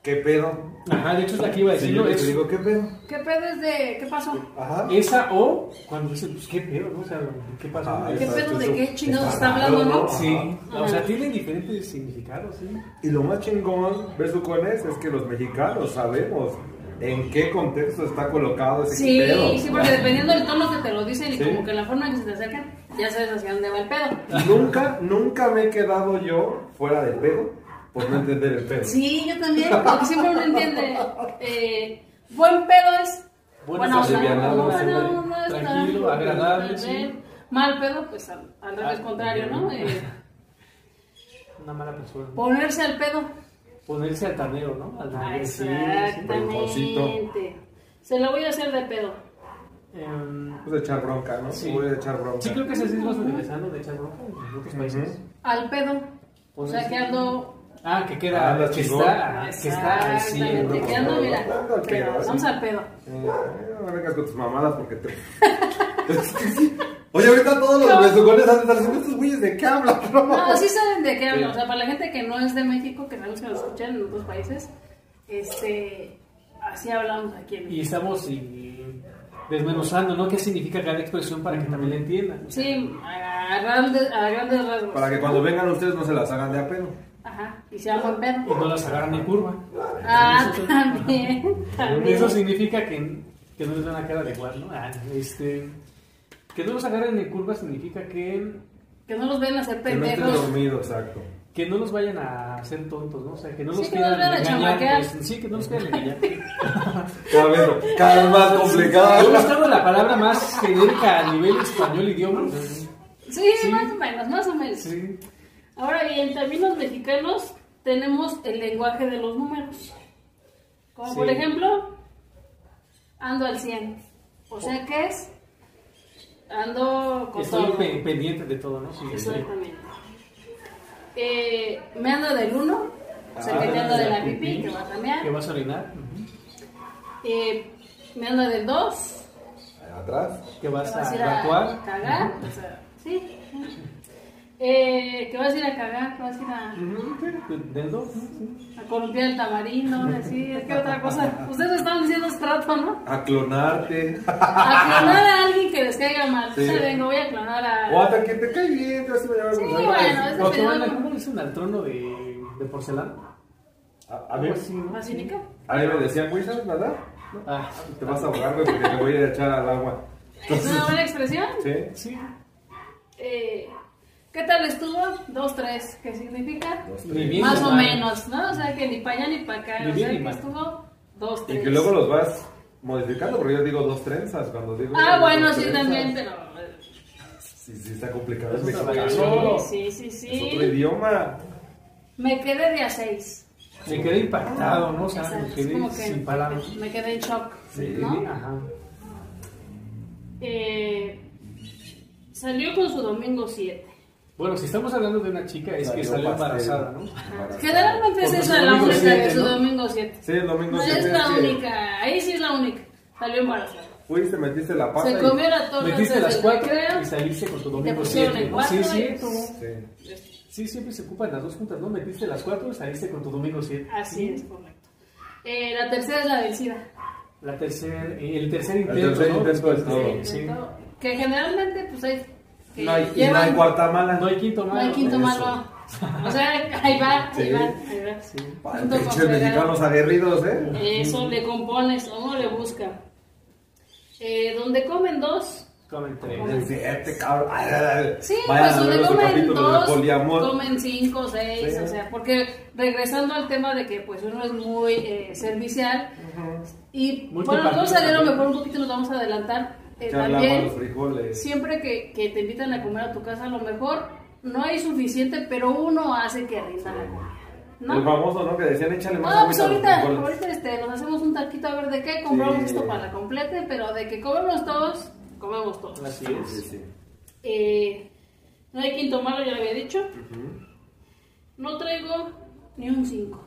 S2: ¿Qué pedo?
S1: Ajá, de hecho es la que iba a
S2: Si
S1: decir.
S2: yo
S1: ¿no?
S2: les
S1: Es-
S2: digo, ¿qué pedo?
S3: ¿Qué pedo es de qué pasó?
S2: Ajá.
S1: Esa o cuando dicen, pues, ¿qué pedo? no? O sea, ¿qué pasó?
S2: Ah,
S3: ¿Qué
S2: exacto,
S3: pedo de
S2: eso.
S3: qué chingados está
S2: Está
S3: hablando,
S2: raro,
S3: no?
S2: ¿no?
S1: Sí,
S3: Ajá.
S1: o sea, tienen diferentes significados, ¿sí?
S2: Y lo más chingón, ves tú con eso, es que los mexicanos sabemos en qué contexto está colocado ese
S3: Sí,
S2: pedo.
S3: sí, porque dependiendo del tono que te lo dicen y
S2: Sí.
S3: como que la forma en que se te acercan, ya sabes hacia dónde va el pedo.
S2: Nunca, nunca me he quedado yo fuera del pedo por no entender el pedo.
S3: Sí, yo también, porque siempre uno entiende. eh, buen pedo es
S1: Buenas,
S3: buena onda,
S2: alivianado,
S3: buena
S1: sí,
S3: onda, está
S1: pues, tranquilo,
S3: bien,
S1: agradable,
S3: bien.
S1: sí.
S3: Mal pedo, pues al, al revés
S1: Ah,
S3: contrario, ¿no? Eh,
S1: Una mala persona. ¿no?
S3: ponerse al pedo.
S1: Ponerse altanero, ¿no? Altanero, Ah, sí, sí.
S3: Exactamente. Se lo voy a hacer de pedo.
S1: Em,
S2: Pues echar bronca, ¿no?
S1: Sí.
S2: Voy a echar bronca.
S1: sí, creo que ese sí es más universal, ¿no? De echar bronca en otros países.
S3: Al pedo. O sea, que ando
S1: Ah, que queda,
S2: Ah, la
S1: que
S2: chingón.
S1: está, Pues, que está haciendo.
S3: Exactamente, que ando, mira.
S2: Ando al
S3: pero
S2: pedo,
S3: vamos
S2: sí.
S3: al pedo.
S2: Eh, no vengas con tus mamadas porque te. Es que sí. Oye, ahorita todos
S3: No.
S2: los besucones han de estar diciendo estos güeyes de qué hablan, bro.
S3: No, sí saben de qué hablo. O sea, para la gente que no es de México, que sabemos que nos escuchan en otros países, este, así hablamos aquí en
S1: Y
S3: México.
S1: estamos y- desmenuzando, ¿no? ¿Qué significa cada expresión para que también la entiendan?
S3: Sí, a grandes, a grandes rasgos.
S2: Para que cuando vengan ustedes no se las hagan de a pedo.
S3: Ajá, y sea buen
S1: Y
S3: pedo.
S1: no las agarran en curva.
S3: Ah,
S1: Eso-
S3: también, también.
S1: Eso significa que, que no les dan la cara de igual, ¿no? Ah, este, que no los agarren en curva significa que,
S3: Que no los ven a ser
S2: Que no estés
S3: pendejos.
S2: dormido, exacto.
S1: que no los vayan a hacer tontos, ¿no? O sea, que no
S3: Sí,
S1: los
S3: que no
S1: quieran
S3: los vayan a chamaquear.
S1: pues, sí, que no los quieran engañar.
S2: Cada vez, cada vez más complicado.
S1: Yo buscaba la palabra más genérica a nivel español idioma.
S3: Sí,
S1: Sí.
S3: más o menos, más o menos.
S1: Sí.
S3: Ahora bien, también los mexicanos tenemos el lenguaje de los números. Como
S1: Sí.
S3: por ejemplo, ando al 100. O sea que es, ando con
S1: Estoy
S3: todo.
S1: pe- pendiente de todo, ¿no? Sí, estoy-
S3: Exactamente. Eh, me ando del 1, o sea que
S2: Ah,
S3: me ando de la
S1: pipí,
S3: pipí, que va a
S1: que
S3: cambiar.
S1: vas a orinar, ujú,
S3: Eh, me ando del 2,
S2: Atrás.
S1: que
S3: que
S1: vas
S3: vas a
S1: a
S3: ir a
S1: evacuar.
S3: cagar. O sea, sí. eh, que vas a ir a cagar, que vas a ir a,
S1: Del dos, ¿no? Sí.
S3: a columpiar el tamarindo, así, es que otra cosa. Ustedes estaban diciendo estrato, ¿no?
S2: A clonarte.
S3: A clonar a alguien que les caiga mal.
S2: Sí.
S3: Se vengo, voy a clonar
S2: O
S3: a.
S2: hasta que te cae bien, te vas a llevar a
S3: Sí,
S2: conocer.
S3: bueno, Ah, es
S1: O te van a-
S3: depende.
S1: ¿Cómo le dicen al trono de, de porcelana?
S2: A, a mí,
S1: Sí, ¿no?
S3: ¿Basílica?
S2: a mí me decían, güey, ¿sabes nadar?
S1: Ah,
S2: Te vas a ahogar, güey, porque te voy a echar al agua.
S3: ¿Es una buena expresión?
S2: ¿Sí?
S1: sí.
S3: Eh, ¿Qué tal estuvo? Dos, tres. ¿Qué significa?
S1: Ni bien
S3: Más
S1: ni
S3: o
S1: mal.
S3: menos, ¿no? O sea, que ni para allá ni para acá.
S1: Ni
S3: O
S1: bien
S3: sea,
S1: ni
S3: que
S1: mal.
S3: estuvo dos,
S2: Y
S3: tres.
S2: que luego los vas modificando, porque yo digo dos trenzas cuando digo.
S3: Ah,
S2: dos
S3: bueno, sí,
S2: trenzas.
S3: también, pero... eh,
S2: Sí, sí, está complicado.
S1: Es
S2: Es
S1: otra
S2: mexicano.
S1: variación.
S3: Sí, sí, sí,
S2: Es otro
S3: sí.
S2: idioma.
S3: Me quedé de a seis.
S1: Me quedé impactado, ¿no? O sea,
S3: Exacto,
S1: me
S3: es
S1: quedé
S3: como que
S1: sin palabras.
S3: Me quedé en shock,
S1: Sí,
S3: ¿no?
S1: ajá.
S3: Eh, salió con su domingo 7.
S1: Bueno, si estamos hablando de una chica, es que salió
S2: pastel.
S1: embarazada, ¿no?
S2: Embarazada.
S3: Generalmente es
S1: Porque
S3: esa
S1: su
S3: la
S1: domingo
S3: única de
S1: siete,
S3: su
S1: ¿no?
S3: domingo 7.
S2: Sí, el domingo
S3: No
S2: se
S3: es
S2: ve
S3: la
S2: que
S3: única, ahí sí es la única. Salió embarazada.
S2: Fuiste, metiste la pata.
S3: Se
S2: y-
S3: comió la torta
S1: Metiste
S3: antes
S1: las
S3: del
S1: cuatro
S3: recreo.
S1: y saliste con tu
S3: Te
S1: domingo
S3: pusieron
S1: siete,
S3: en
S1: ¿no?
S3: cuatro ¿eh?
S1: Sí, es
S3: y-
S1: cierto.
S2: Sí.
S1: Sí, siempre se ocupan las dos juntas, ¿no? Metiste las cuatro y saliste con tu domingo 7.
S3: Así es, correcto. Eh, la tercera es la vencida.
S1: La tercer, eh, el tercer
S2: El
S1: intento,
S2: tercer
S1: ¿no?
S2: intento es
S1: Sí,
S2: todo.
S1: sí.
S3: Correcto. Que generalmente, pues hay. que
S2: No hay, y no
S3: llevan-
S2: hay cuarta mala.
S1: Ah, No hay quinto
S3: no
S1: malo.
S3: hay quinto
S2: Eso.
S3: malo. O sea, ahí va, ahí
S2: Sí.
S3: va, ahí va.
S1: Sí.
S2: Para
S3: Junto con
S2: pinches
S3: fregar.
S2: mexicanos aguerridos, ¿eh?
S3: Eso le compones, uno le busca. Eh, donde comen dos.
S1: Comen tres.
S2: El siete, cabrón. Ay, ay, ay.
S3: Sí,
S2: Vayan a
S3: pues
S2: ver
S3: donde
S2: nuestro
S3: comen
S2: capítulo
S3: dos,
S2: de poliamor.
S3: comen cinco, seis,
S2: Sí.
S3: o sea, porque regresando al tema de que pues uno es muy eh, servicial y
S1: Muy
S3: bueno,
S1: compartido
S3: vamos a leer a lo
S1: también.
S3: mejor un poquito, nos vamos a adelantar eh,
S2: Que hablamos de
S3: también.
S2: los frijoles.
S3: Siempre que, que te invitan a comer a tu casa, a lo mejor no hay suficiente, pero uno hace que rinda la comida.
S2: El
S3: ¿No?
S2: famoso, ¿no? Que decían, échale más
S3: No, pues
S2: agüita a los
S3: ahorita,
S2: frijoles.
S3: ahorita este, nos hacemos un taquito a ver de qué compramos
S2: Sí.
S3: esto para la complete, pero de que comemos todos, comemos todos.
S1: Así
S2: Sí,
S1: es.
S2: sí.
S3: Eh, no hay quinto malo, ya lo había dicho. No traigo ni un 5.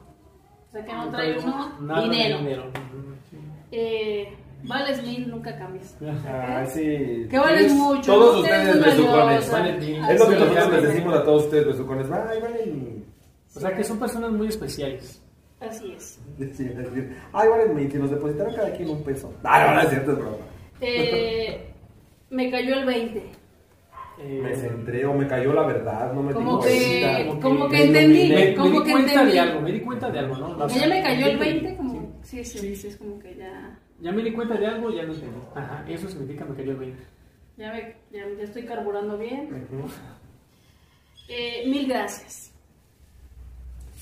S3: O sea que no, traigo,
S1: nada de
S3: uno, dinero.
S1: dinero. Ujú, sí.
S3: Eh, vales mil, nunca cambias.
S2: Ay, Ah, sí.
S3: Que vales mucho.
S2: Todos
S3: que eres
S2: ustedes
S3: muy
S2: besucones.
S3: valiosa.
S1: valen mil.
S3: Ah,
S2: Es lo que
S1: Así
S2: nosotros
S1: es.
S2: les decimos a todos ustedes, besucones. Ay, valen.
S1: O sea que son personas muy especiales.
S3: Así es.
S2: Decían, decían, Ay, valen mil, que nos depositaron cada quien un peso. Ah, no, no es cierto, es broma.
S3: Eh, me cayó el 20.
S1: Eh,
S2: Me centré o me cayó la verdad, no me
S3: Como
S2: di
S3: que-
S2: cuenta.
S3: como que
S1: me
S3: entendí,
S1: iluminé. Me-
S3: como
S1: me di
S3: que
S1: cuenta
S3: entendí.
S1: de algo, me di cuenta de algo, ¿no? O
S3: Que
S1: sea,
S3: ya me cayó el
S1: entendí.
S3: 20, como. Sí, sí, sí, es como que ya.
S1: Ya me di cuenta de algo, ya no entendí. Ajá, eso significa me cayó el 20.
S3: Ya, me, ya, ya estoy carburando bien. Eh, mil gracias.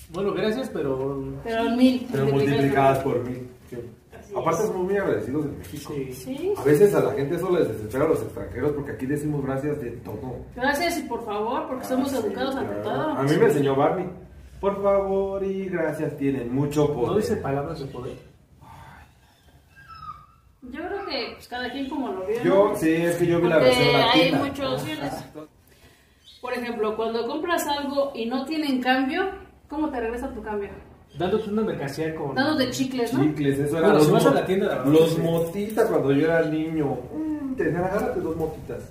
S1: Bueno, gracias, pero.
S3: Pero mil.
S2: Pero multiplicadas por mil.
S3: Así
S2: Aparte,
S3: es.
S2: somos muy agradecidos en México.
S1: Sí.
S3: Sí.
S2: A veces a la gente eso les desespera a los extranjeros porque aquí decimos gracias de todo.
S3: Gracias y por favor, porque somos
S2: Ah, sí,
S3: educados
S2: claro.
S3: ante todo.
S2: A mí me enseñó Barney. Por favor y gracias tienen mucho poder.
S1: No dice palabras de poder.
S3: Yo creo que pues, cada quien como lo vio.
S2: Yo,
S3: ¿no?
S2: sí, es que yo vi la
S3: Porque
S2: versión
S3: hay
S2: latina.
S3: muchos fieles. Por ejemplo, cuando compras algo y no tienen cambio, ¿cómo te regresa tu cambio?
S1: Dándote una mercancía con.
S3: Dándote chicles, ¿no?
S2: Chicles, eso era
S1: Bueno,
S2: los,
S1: si vas
S2: mo-
S1: a la tienda, la verdad,
S2: los
S1: sí.
S2: motitas cuando yo era niño. Mm, te decían, agárrate dos motitas.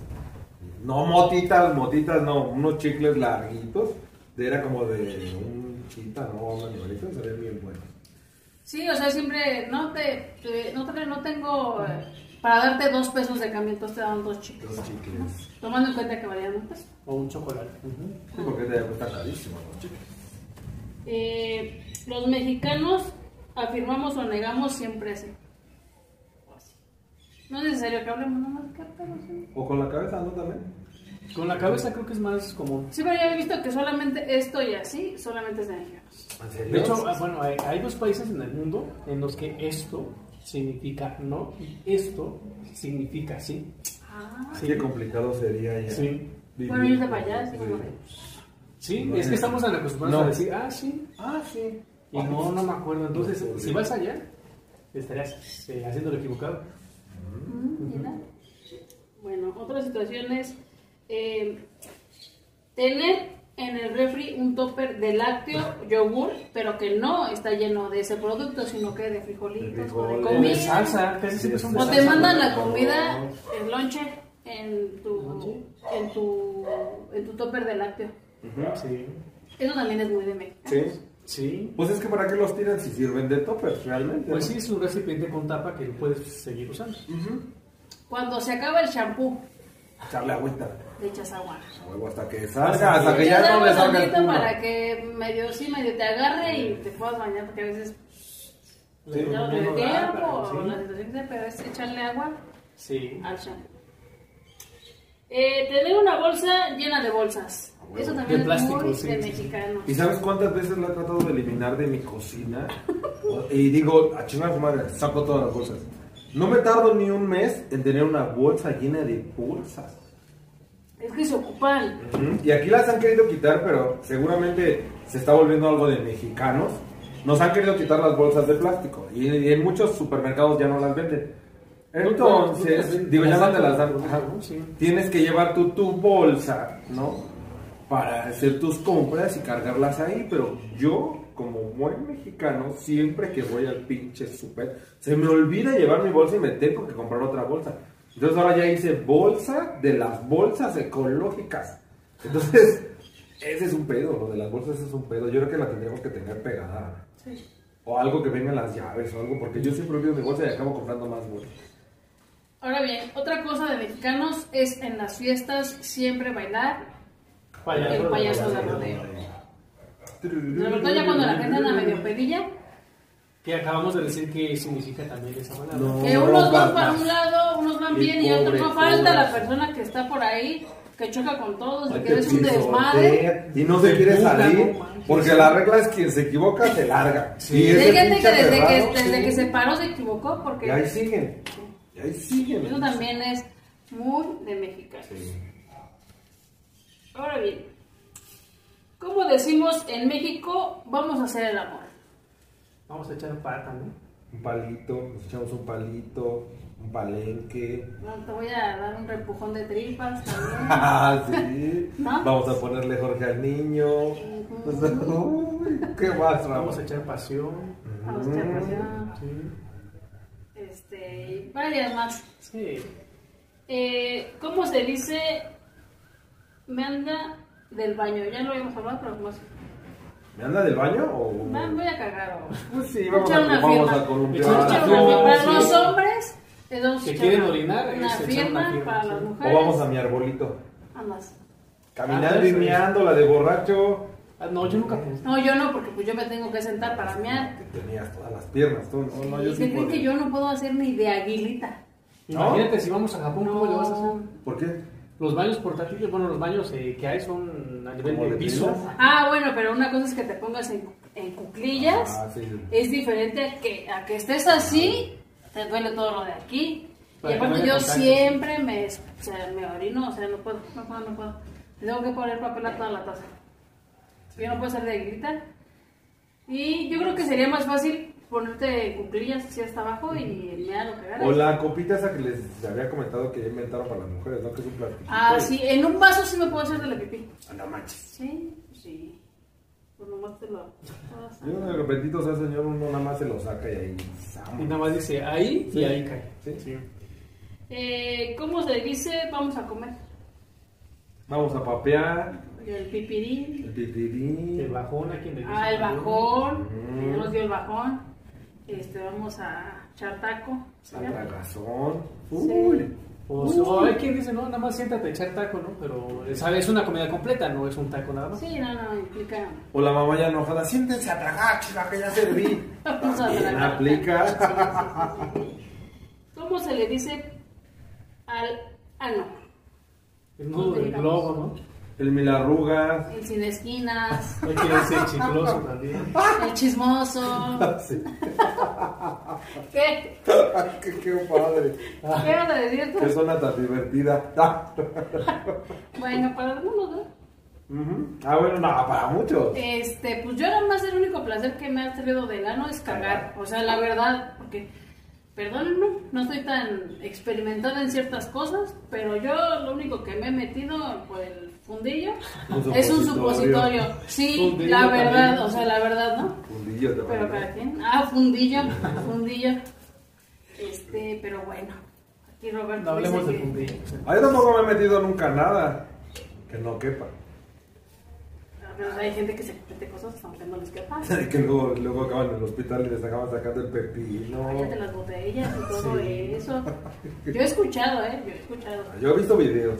S2: No motitas, motitas, no, unos chicles larguitos. Era como de un chita, no, un animalito, se ve bien bueno.
S3: Sí, o sea, siempre no te, te- no, te- no tengo eh, para darte dos pesos de cambio, entonces te dan dos chicles.
S2: Los chicles.
S3: Tomando en cuenta que valían un peso.
S1: O un chocolate. Ujú.
S2: Sí, porque te cuesta carísimo los chicles.
S3: Eh, los mexicanos afirmamos o negamos siempre así. O así. No es necesario que hablemos nomás que hablemos, ¿sí?
S2: O con la cabeza, ¿no? También.
S1: Con la cabeza creo que es más común.
S3: Sí, pero yo he visto que solamente esto y así, solamente es de mexicanos.
S2: ¿En serio?
S1: De hecho, ah, bueno, hay, hay dos países en el mundo en los que esto significa no y esto significa sí.
S3: Ah.
S2: Qué complicado sería ya.
S1: Sí.
S2: vivir.
S3: Bueno, irte para allá, sí, bueno.
S1: Sí,
S2: No
S1: es que
S2: es-
S1: estamos tan acostumbrados
S2: no.
S1: a decir, ah, sí.
S2: Ah, sí.
S1: Y no, no me acuerdo. Entonces,
S2: No sé.
S1: si vas allá, estarías eh, haciendo lo equivocado.
S3: Mm, mira. Bueno, otra situación es eh, tener en el refri un topper de lácteo, yogur, pero que no está lleno de ese producto, sino que de frijolitos o de
S2: frijoles.
S1: O de
S3: comida.
S1: salsa, casi siempre son de
S3: O
S1: salsa.
S3: te mandan la comida, el lonche, en tu,
S1: Noche.
S3: en tu, en tu topper de lácteo.
S2: Ujú.
S1: Sí,
S3: Eso también es muy de México.
S2: Sí.
S1: sí.
S2: Pues es que para qué los tiran si sirven de toppers realmente.
S1: Pues
S2: ¿no?
S1: sí, es un recipiente con tapa que lo puedes seguir usando.
S2: Ujú.
S3: Cuando se acaba el shampoo,
S2: Echarle agüita.
S3: le echas agua.
S2: A huevo, hasta que salga,
S1: Hasta
S2: hasta
S1: que
S2: que ya
S3: Echas
S2: no
S3: agua
S2: le salga el
S3: tantito
S2: culo.
S3: para que medio sí, medio te agarre y te puedas bañar, porque a veces pues,
S1: La
S2: Sí.
S3: no
S1: economía
S3: te da
S1: no da
S3: tiempo,
S1: para-
S3: o la situación que sea, pero es echarle agua
S1: Sí.
S3: al shampoo. Eh, tener una bolsa llena de bolsas.
S2: A huevo.
S3: Eso
S1: De
S3: también es
S1: plástico,
S3: muy
S1: sí,
S3: de
S1: sí.
S3: mexicano.
S2: Ah, ¿Y sabes cuántas veces la he tratado de eliminar de mi cocina? Y digo, a chingar a su madre, saco todas las bolsas. No me tardo ni un mes en tener una bolsa llena de bolsas.
S3: Es que se ocupan.
S2: Ujú. Y aquí las han querido quitar, pero seguramente se está volviendo algo de mexicanos. Nos han querido quitar las bolsas de plástico y, y en muchos supermercados ya no las venden.
S1: Pues,
S2: Entonces, digo, ya no te las dan. Ajá.
S1: Sí.
S2: Tienes que llevar tú tu bolsa, ¿no? Para hacer tus compras y cargarlas ahí, pero yo, como buen mexicano, siempre que voy al pinche super, se me olvida llevar mi bolsa y me tengo que comprar otra bolsa. Entonces ahora ya hice bolsa de las bolsas ecológicas. Entonces, ese es un pedo, lo de las bolsas es un pedo. Yo creo que la tendríamos que tener pegada.
S3: Sí.
S2: O algo que venga en las llaves o algo, porque yo siempre olvido mi bolsa y acabo comprando más bolsas.
S3: Ahora bien, otra cosa de mexicanos es en las fiestas siempre bailar.
S1: Payaso
S3: El
S1: de
S3: payaso de
S1: rodeo.
S3: rodeo. Sobre todo ya cuando la gente anda medio pedilla,
S1: Que acabamos de decir que significa también esa palabra.
S2: No.
S3: que
S2: vas
S3: unos van para
S2: más.
S3: un lado, unos van
S2: Y
S3: bien y otros
S2: pobre,
S3: no falta la
S2: pobre.
S3: persona que está por ahí, que choca con todos y
S2: Ay,
S3: que es un
S2: pisotea,
S3: desmadre.
S2: ¿eh? Y no se
S1: Te
S2: quiere
S1: empuja,
S2: salir.
S1: no manches.
S2: porque la regla es quien se equivoca se larga. Y
S3: Y
S2: ese
S3: hay gente que
S2: pinche
S3: desde, que
S2: perrado,
S3: desde
S2: sí.
S3: que se paró se equivocó
S2: Y ahí
S3: porque
S2: siguen. Y ahí siguen.
S3: eso también es muy de mexicano.
S2: Sí.
S3: Ahora bien, como decimos en México, vamos a hacer el amor.
S1: Vamos a echar pata, ¿no?
S2: Un palito, nos echamos un palito, un palenque.
S3: No, te voy a dar un repujón de tripas también.
S2: Ah, sí.
S3: ¿No?
S2: Vamos a ponerle Jorge al niño. Uy, ¿Qué más,
S1: Vamos
S2: vamos?
S1: a echar pasión.
S3: Vamos a echar pasión.
S1: Sí.
S3: pues Este, y varias más.
S1: Sí.
S3: Eh, ¿Cómo se dice? Me anda del baño. Ya lo habíamos hablado, pero más.
S2: ¿Me anda del baño o.?
S3: Va- Voy a cagar. o-
S2: Pues sí, vamos
S3: Echar
S2: a,
S3: una
S2: vamos
S3: firma.
S2: a columpiar.
S1: Echar
S3: Echar
S1: Ah,
S3: una
S1: no,
S3: firma. Para
S1: sí.
S3: los hombres, les vamos a
S1: Que
S3: echar
S1: quieren
S3: una-
S1: orinar,
S3: Una
S1: es echar
S3: firma,
S1: una firma,
S3: para
S1: sí.
S3: las
S1: O
S3: mujeres.
S2: O vamos a mi arbolito.
S3: Ambas.
S2: Caminando
S1: Ah,
S2: y
S1: sí.
S2: miando, la de borracho.
S1: Ah, no, yo nunca puse.
S3: No, yo no, porque pues yo me tengo que sentar para mear.
S2: Te tenías todas las piernas, tú. No, no, yo
S3: ¿Y ¿Qué
S2: sí
S3: creen
S2: podía.
S3: que yo no puedo hacer ni de aguilita?
S2: ¿No?
S1: Imagínate si vamos a Japón, ¿cómo le vas a hacer?
S3: No.
S2: ¿Por qué?
S1: Los baños portátiles, bueno, los baños eh, que hay son a nivel
S2: ¿Como
S1: de
S2: de
S1: piso.
S2: pilas?
S3: Ah, bueno, pero una cosa es que te pongas en, en cuclillas.
S2: Ah, sí.
S3: Es diferente a que, a que estés así, te duele todo lo de aquí.
S1: Para
S3: y
S1: que
S3: aparte
S1: no haya
S3: yo
S1: contacto.
S3: siempre me, o sea, me orino, o sea, no puedo, no puedo, no puedo. Le tengo que poner papel a toda la taza. Yo no puedo ser de grita. Y yo creo que sería más fácil ponerte cuclillas así hasta abajo y me lo pegar.
S2: O la copita esa que les había comentado que ya inventaron para las mujeres, ¿no? Que es un platillo.
S3: Ah,
S1: Pues-
S3: sí, en un vaso sí me puedo hacer de la pipí.
S2: Ah, No manches.
S3: Sí, sí. Pues nomás te lo...
S2: Yo de repentito, sea señor, uno nada más se lo saca y ahí.
S1: Y
S2: ¡zam!
S1: nada más dice ahí y
S2: Sí.
S1: ahí cae.
S2: Sí.
S3: Eh, ¿Cómo se dice? Vamos a comer.
S2: Vamos a papear,
S3: El pipirín.
S2: el
S1: El
S2: pipirín.
S1: bajón aquí en el
S3: Ah, el bajón.
S2: Mm.
S3: Ya nos dio el bajón. Este, vamos a echar taco. ¿sí?
S2: La tragazón. Uy.
S1: Pues, o hay quien dice, no, nada más siéntate a echar taco, ¿no? Pero eh, sabe, es una comida completa, no es un taco nada más.
S3: Sí, no, no, implica.
S2: O la mamá ya enojada, siéntense a tragar, chica, que ya serví.
S3: Vamos a
S2: También
S3: tragar.
S2: aplica.
S3: ¿Cómo se le dice al ah, ano?
S1: Es nudo
S3: Pues,
S1: del globo,
S2: El milarrugas.
S3: El sin esquinas,
S1: ¿no? Hay quien dice chicloso también.
S3: el chismoso.
S2: Sí.
S3: ¿Qué?
S2: qué, qué padre.
S3: ¿Qué vas a decir
S2: Qué
S3: tú?
S2: zona tan divertida. Ah,
S3: Bueno, para algunos, ¿no?
S2: ujú. Ah, bueno, no, para muchos.
S3: Este, pues yo nada más el único placer que me ha traído del ano es cagar. O sea, la verdad, porque, perdónenme, no estoy tan experimentada en ciertas cosas, pero yo lo único que me he metido por el fundillo
S2: Un
S3: es un
S2: supositorio.
S3: supositorio. Sí,
S1: Fundillo
S3: la verdad,
S1: también.
S3: o sea, la verdad, ¿no?
S2: Fundillo te
S3: Pero
S2: van a
S3: para quién. Ah, fundillo, fundillo. Este, pero bueno, Y Roberto.
S1: No hablemos
S3: dice
S1: de
S3: que-
S1: fundillo.
S2: Ah, yo tampoco me he metido nunca nada que no quepa.
S3: Ah, Pero hay gente que se mete cosas aunque no les quepa.
S2: que luego, luego acaban en el hospital y les acaban sacando el pepino.
S3: Cállate las botellas y todo
S1: Sí.
S3: eso. Yo he escuchado, ¿eh? Yo he escuchado.
S2: Yo he visto videos.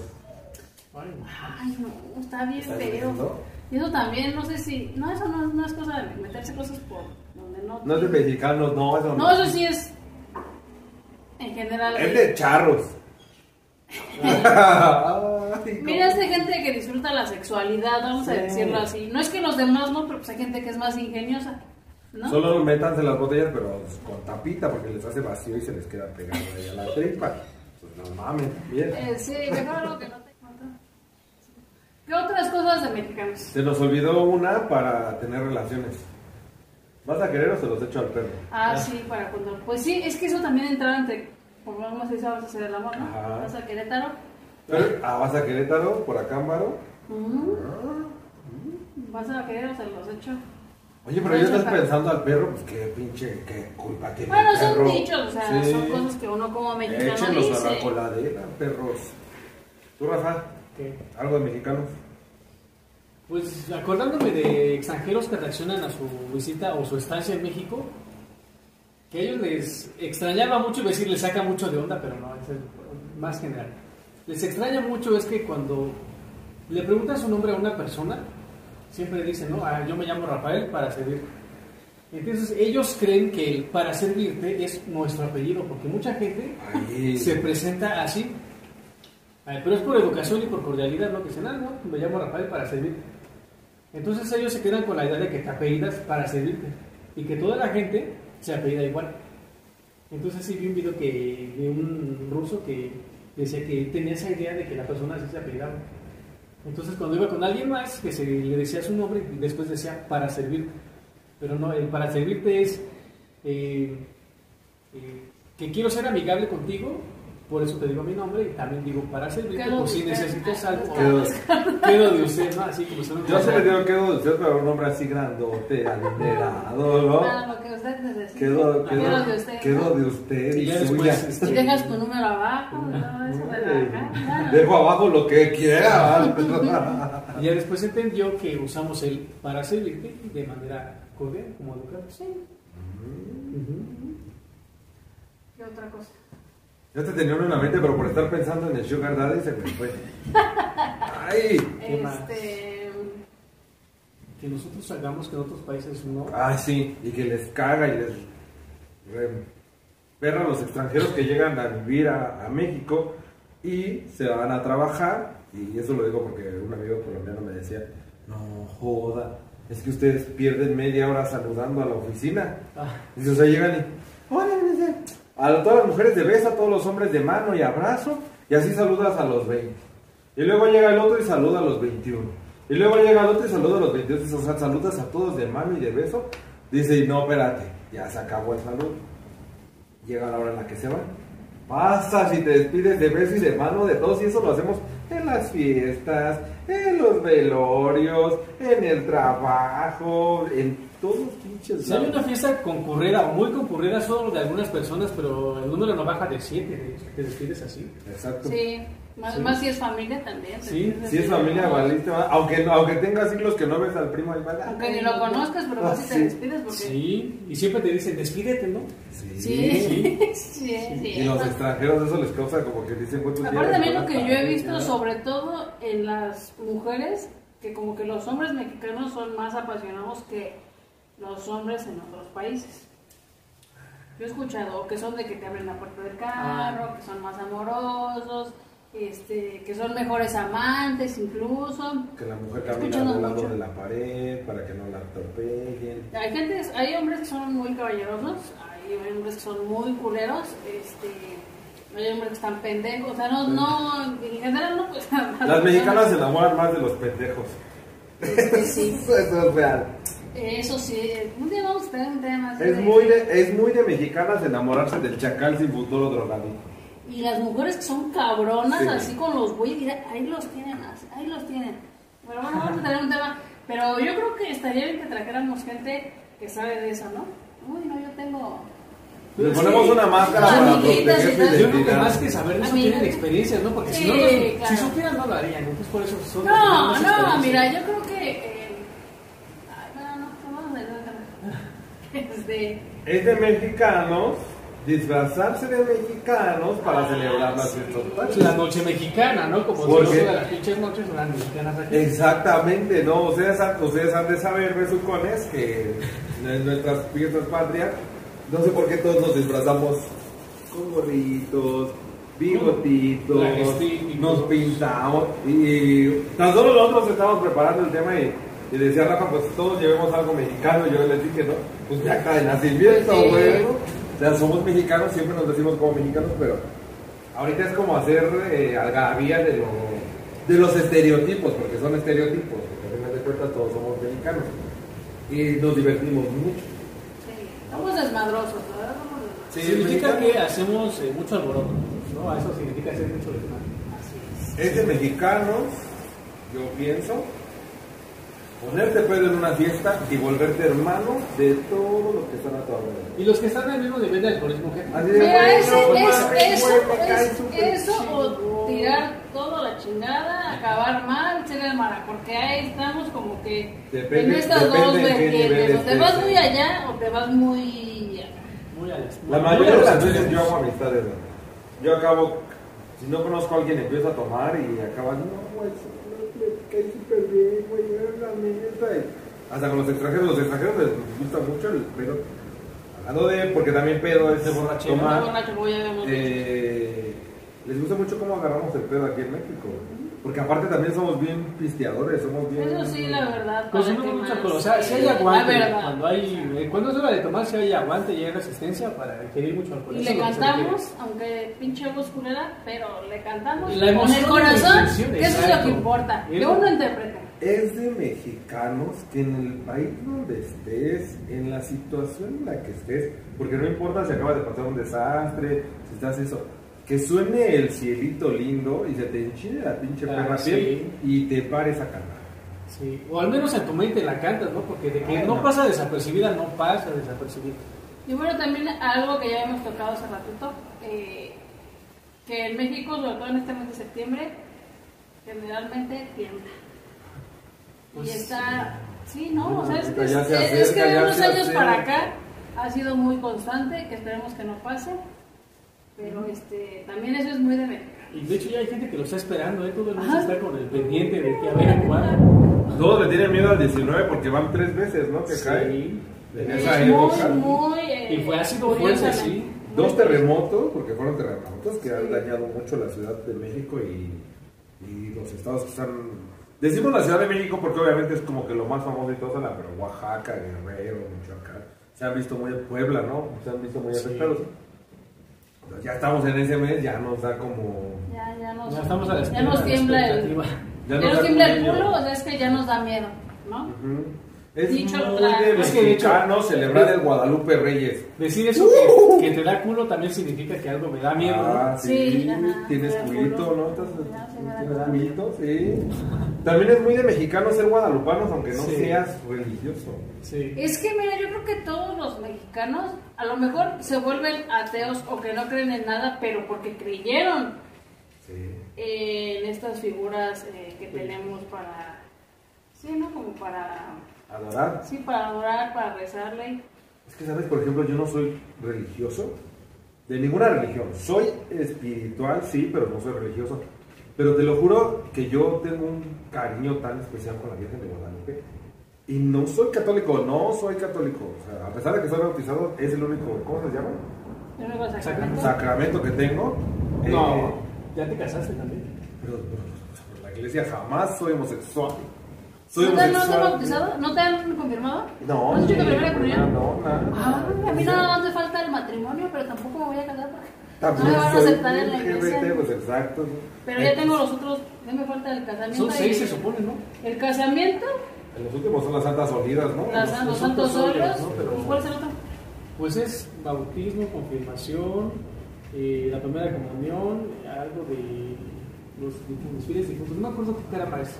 S1: Ay, no.
S3: Ay, no, está bien
S2: ¿Estás
S3: feo.
S2: viendo?
S3: Y eso también, no sé si. No, eso no, no es cosa de meterse cosas por donde no.
S2: No es de mexicanos, no, eso no.
S3: No, eso sí es. En general.
S2: Es de charros. Ay, cómo-
S3: Mira, es de gente que disfruta la sexualidad, vamos a
S2: Sí.
S3: decirlo así. No es que los demás no, pero pues hay gente que es más ingeniosa, ¿no?
S2: Solo métanse las botellas, pero con tapita, porque les hace vacío y se les queda pegado ahí a la tripa. Pues no mames, bien.
S3: Eh, sí, mejor algo que no te cuento. ¿Qué otras cosas de mexicanos?
S2: Se nos olvidó una para tener relaciones. ¿Vas a querer o se los echo al perro?
S3: Ah,
S1: Ah.
S3: sí, para cuando. Pues sí, es que eso también entraba entre. Por lo menos dice, vamos a hacer el amor, ¿no?
S2: Ajá.
S3: Vas a Querétaro.
S2: Pero- ah, ¿vas a Querétaro? ¿Por Acámbaro?
S3: Ujú.
S2: Ah.
S3: Mm. Vas a Querétaro, se los echo.
S2: Oye, pero ya estás pensando al perro, pues qué pinche, qué culpa tiene
S3: Bueno,
S2: el perro.
S3: son dichos, o sea,
S2: Sí.
S3: son cosas que uno como mexicano
S2: Échenlos a
S3: dice.
S2: la coladera, perros. Tú, Rafa,
S1: ¿Qué?
S2: algo de mexicanos.
S1: Pues acordándome de extranjeros que reaccionan a su visita o su estancia en México, que a ellos les extrañaba mucho, iba a decir, les saca mucho de onda, pero no, eso es más general. Les extraña mucho es que cuando le preguntan su nombre a una persona, siempre dicen, no, ah, yo me llamo Rafael para servir. Entonces ellos creen que el para servirte es nuestro apellido, porque mucha gente
S2: Ahí.
S1: se presenta así. Ay, Pero es por educación y por cordialidad, ¿no? Que dicen, ah, no, me llamo Rafael para servir. Entonces ellos se quedan con la idea de que te apellidas para servirte. Y que toda la gente se apellida igual. Entonces sí vi un video que, de un ruso que decía que tenía esa idea de que la persona así se apellidaba. Entonces cuando iba con alguien más, que se le decía su nombre y después decía para servirte. Pero no, el para servirte es... eh, eh, que quiero ser amigable contigo, por eso te digo mi nombre y también digo para servirte,
S3: Quedo ah,
S1: por si
S3: de usted.
S1: necesitas algo,
S2: Quedo-
S1: quedo de usted, ¿no? Así como son
S2: Yo se me digo que de usted, pero un hombre así grandote, adinerado,
S3: Nada,
S2: ¿no?
S3: lo que usted necesita.
S2: Quedo,
S3: Quiero
S2: quedo,
S3: de usted.
S2: quedo de usted
S1: Y
S2: y
S1: ya
S2: suya.
S1: después, este,
S3: Si dejas tu número abajo, no, eso de la
S2: Ay, Mm, eh, Dejo abajo lo que quiera. ¿vale?
S1: Y ya después entendió que usamos el para servirte de manera cordial, como educada.
S3: Sí. ¿Qué otra cosa?
S2: Yo te tenía uno en la mente, pero por estar pensando en el Sugar Daddy se me fue. ¡Ay!
S1: ¿Qué más?
S3: Este.
S1: Que nosotros hagamos que en otros países no.
S2: Ah, sí, y que les caga y les re- perra a los extranjeros que llegan a vivir a, a México y se van a trabajar. Y eso lo digo porque un amigo colombiano me decía, no joda, es que ustedes pierden media hora saludando a la oficina.
S1: Ah,
S2: Dice, o sea, llegan y, "Hola", dice, a todas las mujeres de beso, a todos los hombres de mano y abrazo, y así saludas a los 20. Y luego llega el otro y saluda a los 21. Y luego llega el otro y saluda a los 22. Dice, o sea, saludas a todos de mano y de beso. Dice, y no, espérate, ya se acabó el saludo. Llega la hora en la que se van. Pasas y te despides de beso y de mano de todos, y eso lo hacemos en las fiestas, en los velorios, en el trabajo, en todos los pinches.
S1: si hay
S2: lados.
S1: una fiesta concurrida o muy concurrida solo de algunas personas, pero el número no baja de 7, te despides así.
S2: Exacto.
S3: Sí. Más,
S1: Sí.
S3: más si es familia también.
S1: Sí,
S2: Si es familia, valiste más. Aunque, aunque tengas siglos que no ves al primo, ahí va.
S3: Aunque ni lo conozcas, pero
S2: Ah,
S3: casi te
S2: sí.
S3: despides porque.
S1: Sí, y siempre te dicen, despídete, ¿no?
S2: Sí.
S3: Sí, sí, sí.
S2: Y los extranjeros eso les causa como que dicen pues, cuántos
S3: Aparte
S2: días
S3: también lo
S2: van a
S3: que yo
S2: estar
S3: he visto,
S2: ahí,
S3: sobre todo en las mujeres, que como que los hombres mexicanos son más apasionados que los hombres en otros países. Yo he escuchado que son de que te abren la puerta del
S2: Ah.
S3: carro, que son más amorosos, este, que son mejores amantes incluso.
S2: ¿no? Que la mujer camina
S3: Escuchando
S2: al lado
S3: mucho.
S2: de la pared para que no la atropellen.
S3: Hay gente, hay hombres que son muy caballerosos, hay hombres que son muy culeros, este, hay hombres que están pendejos, o sea, no, no, en general no, pues.
S2: Las mexicanas se enamoran más de los pendejos.
S3: Este, sí.
S2: Eso es real.
S3: Eso sí, un día vamos a tener un tema así
S2: Es
S3: de-
S2: muy de, es muy de mexicanas enamorarse del chacal sin futuro drogadicto.
S3: Y las mujeres que son cabronas,
S2: Sí.
S3: así con los güeyes, mira, ahí los tienen, así, ahí los tienen. Pero bueno, vamos a tener un tema. Pero yo creo que estaría bien que trajéramos gente que sabe de eso, ¿no? Uy, no, yo tengo
S2: Le ponemos una máscara para
S3: Amiguitas y
S2: proteger su
S1: Pues
S3: tal.
S1: Yo creo que
S2: identidad.
S1: más que saber de eso
S3: Amiga.
S1: tienen experiencias, ¿no? Porque si
S3: Sí,
S1: no, los-
S3: claro.
S1: si supieran no lo harían, entonces por eso son...
S3: No,
S1: son
S3: no,
S1: experiencias.
S3: mira, yo creo que. eh, ay, no, no, no, vamos de nuevo. Este,
S2: Es de mexicanos disfrazarse de mexicanos para celebrar las fiestas
S1: Es
S2: patrias.
S1: La noche mexicana, ¿no? Como
S2: ¿Por
S1: si no
S2: qué?
S1: fuera las pinches noches son las mexicanas aquí.
S2: Exactamente, no, ustedes, han- ustedes han de saber, besucones, que en nuestras fiestas patrias, no sé por qué todos nos disfrazamos con gorritos, bigotitos,
S1: Trajes típicos.
S2: nos pintamos y tan solo nosotros estábamos preparando el tema y, y decía Rafa, pues todos llevemos algo mexicano, yo le dije, no, pues ya acá de nacimiento,
S3: Sí.
S2: güey. O sea, somos mexicanos, siempre nos decimos como mexicanos, pero Ahorita es como hacer eh, algarabía de, lo- de los estereotipos, porque son estereotipos, porque al final de cuentas todos somos mexicanos. Y nos divertimos mucho.
S3: sí, somos eh, desmadrosos, ¿verdad? Somos desmadrosos.
S1: significa
S2: mexicano.
S1: que hacemos eh, mucho alboroto, ¿no? Eso significa hacer mucho desmadre.
S3: Así es.
S2: Es de mexicanos, yo pienso, ponerte pedo en una fiesta y volverte hermano de todos los que están a tu alrededor.
S1: Y los que están al mismo nivel de alcoholismo que
S2: Así de,
S3: Mira,
S2: güey,
S3: ese-
S2: no, pues,
S3: es-
S2: madre,
S3: eso,
S2: güey, me cae
S3: es-
S2: súper
S3: eso o
S2: chingón.
S3: tirar todo a la chingada, acabar mal, ser hermana, porque ahí estamos como que
S2: Depende-
S3: en estas dos
S2: depende de qué nivel
S3: vertientes, o te
S2: estés. eh.
S3: vas muy allá o te vas muy acá.
S1: Muy al-
S2: La
S1: muy
S2: mayoría de
S1: a los
S2: las veces yo
S1: extremos.
S2: hago amistades. ¿no? Yo acabo, si no conozco a alguien, empiezo a tomar y acaba, no, güey, cae súper bien, güey, era la neta. Y Hasta con los extranjeros, los extranjeros les gusta mucho el pedo. Hablando de, porque también pedo es
S1: De borrachera.
S3: Está
S2: tomar.
S3: borracho, como ya habíamos dicho.
S2: Ah, Eh, les gusta mucho cómo agarramos el pedo aquí en México. Porque aparte también somos bien pisteadores, somos bien.
S3: Eso sí, la verdad.
S1: Consumimos
S3: ¿para qué
S1: mucha
S3: más?
S1: cosa, o sea, si hay
S3: La
S1: aguante,
S3: verdad.
S1: cuando hay, eh, cuando es hora de tomar, si hay aguante y hay resistencia para adquirir mucho alcohol.
S3: Y
S1: Eso
S3: le
S1: es lo que se
S3: cantamos, aunque pinche voz culera, pero le cantamos
S1: Y la
S3: con el
S1: emoción de la
S3: corazón,
S1: intención,
S3: que eso es lo
S1: exacto.
S3: que importa.
S1: Y
S3: Que
S1: lo-
S3: uno interpreta.
S2: es de mexicanos que en el país donde estés, en la situación en la que estés, porque no importa si acabas de pasar un desastre, si estás eso, que suene el cielito lindo y se te enchine la pinche
S1: Ah,
S2: perra
S1: sí.
S2: piel y te pares a cantar.
S1: Sí, o al menos en tu mente la cantas, ¿no? Porque de que
S2: Ay,
S1: no,
S2: no.
S1: pasa desapercibida, no pasa desapercibida.
S3: Y bueno, también algo que ya hemos tocado hace ratito, eh, que en México, sobre todo en este mes de septiembre, generalmente tiembla. Y
S1: Pues,
S3: está, sí, ¿no? O sea, es que,
S2: Ya se
S3: es- es que
S2: acerca,
S3: de
S2: ya
S3: unos
S2: se
S3: años
S2: acerca.
S3: para acá ha sido muy constante, que esperemos que no pase, pero este, también eso es muy de México.
S1: Y de hecho ya hay gente que lo está esperando, ¿eh? Todo el mundo
S3: Ajá.
S1: está con el pendiente de que a ver cuándo.
S2: Todos le tienen miedo al 19 porque van tres veces, ¿no? Que cae.
S1: Sí.
S2: En
S3: Es
S2: esa
S3: muy,
S2: época.
S3: muy. eh,
S1: Y fue así como fue,
S3: curiosa,
S1: sí.
S3: ¿no?
S2: Dos terremotos, porque fueron terremotos que han
S3: Sí.
S2: dañado mucho la Ciudad de México y, y los estados que están... Decimos la Ciudad de México porque obviamente es como que lo más famoso y todo, la, pero Oaxaca, Guerrero, Michoacán, se han visto muy Puebla, ¿no? Se han visto muy
S1: Sí.
S2: afectados. Entonces, Ya estamos en ese mes, ya nos da como...
S3: Ya, ya nos,
S1: Ya estamos a la
S3: ya
S1: espera,
S3: nos
S1: a la
S3: tiembla el,
S1: expectativa.
S2: Ya
S3: ya
S2: nos
S3: nos
S2: da
S3: tiembla el
S2: miedo.
S3: culo, o sea, es que ya nos da miedo, ¿no?
S2: Ujú. Es
S3: Dicho lo
S2: muy
S3: claro.
S2: de
S1: Es que de hecho-
S2: mexicanos celebrar el Guadalupe Reyes.
S1: Decir eso
S3: ¡Uh!
S1: que, que te da culo también significa que algo me da miedo. ¿no?
S2: Ah, sí,
S3: Sí, ajá,
S2: tienes
S3: me da
S2: culito,
S3: culo.
S2: ¿no? Estás-
S3: Ya, sí, me da
S2: tienes
S3: culo.
S2: culito, sí. También es muy de mexicano ser guadalupanos, aunque no
S1: Sí.
S2: seas religioso.
S1: Sí.
S3: Es que, mira, yo creo que todos los mexicanos a lo mejor se vuelven ateos o que no creen en nada, pero porque creyeron
S2: Sí.
S3: en estas figuras eh, que tenemos para, sí, ¿no? Como para,
S2: Adorar.
S3: sí, para adorar, para rezarle.
S2: Es que, ¿sabes? Por ejemplo, yo no soy religioso. De ninguna religión. Soy espiritual, sí, pero no soy religioso. Pero te lo juro que yo tengo un cariño tan especial con la Virgen de Guadalupe. Y no soy católico, no soy católico. O sea, a pesar de que soy bautizado, es el único, ¿cómo se llama?
S3: Yo no a sacramento.
S2: Sacramento que tengo. Eh,
S1: No, ya te casaste también.
S2: Pero, pero, pero la iglesia jamás soy homosexual. Soy
S3: ¿No te, no te han
S2: homosexual.
S3: bautizado? ¿No te han confirmado?
S2: No,
S3: ¿No has dicho que
S2: ni
S3: primera
S2: por
S3: comunión?
S2: nada, no, nada.
S3: Ah, a mí nada más me falta el matrimonio, pero tampoco me voy a casar porque
S2: También
S3: no me van a
S2: soy
S3: aceptar en la iglesia.
S2: LGBT, pues eh. exacto.
S3: Pero ya tengo los otros, ya me falta el casamiento.
S1: Son seis
S3: y-
S1: se supone, ¿no?
S3: El casamiento,
S2: En los últimos son las santas olidas, ¿no?
S3: las- los,
S1: los
S3: santos
S1: otros
S3: solos,
S1: solos, ¿no? Pero-
S3: ¿cuál es el otro?
S1: Pues es bautismo, confirmación, eh, la primera comunión, algo de los desfiles difuntos. No me acuerdo qué era para eso.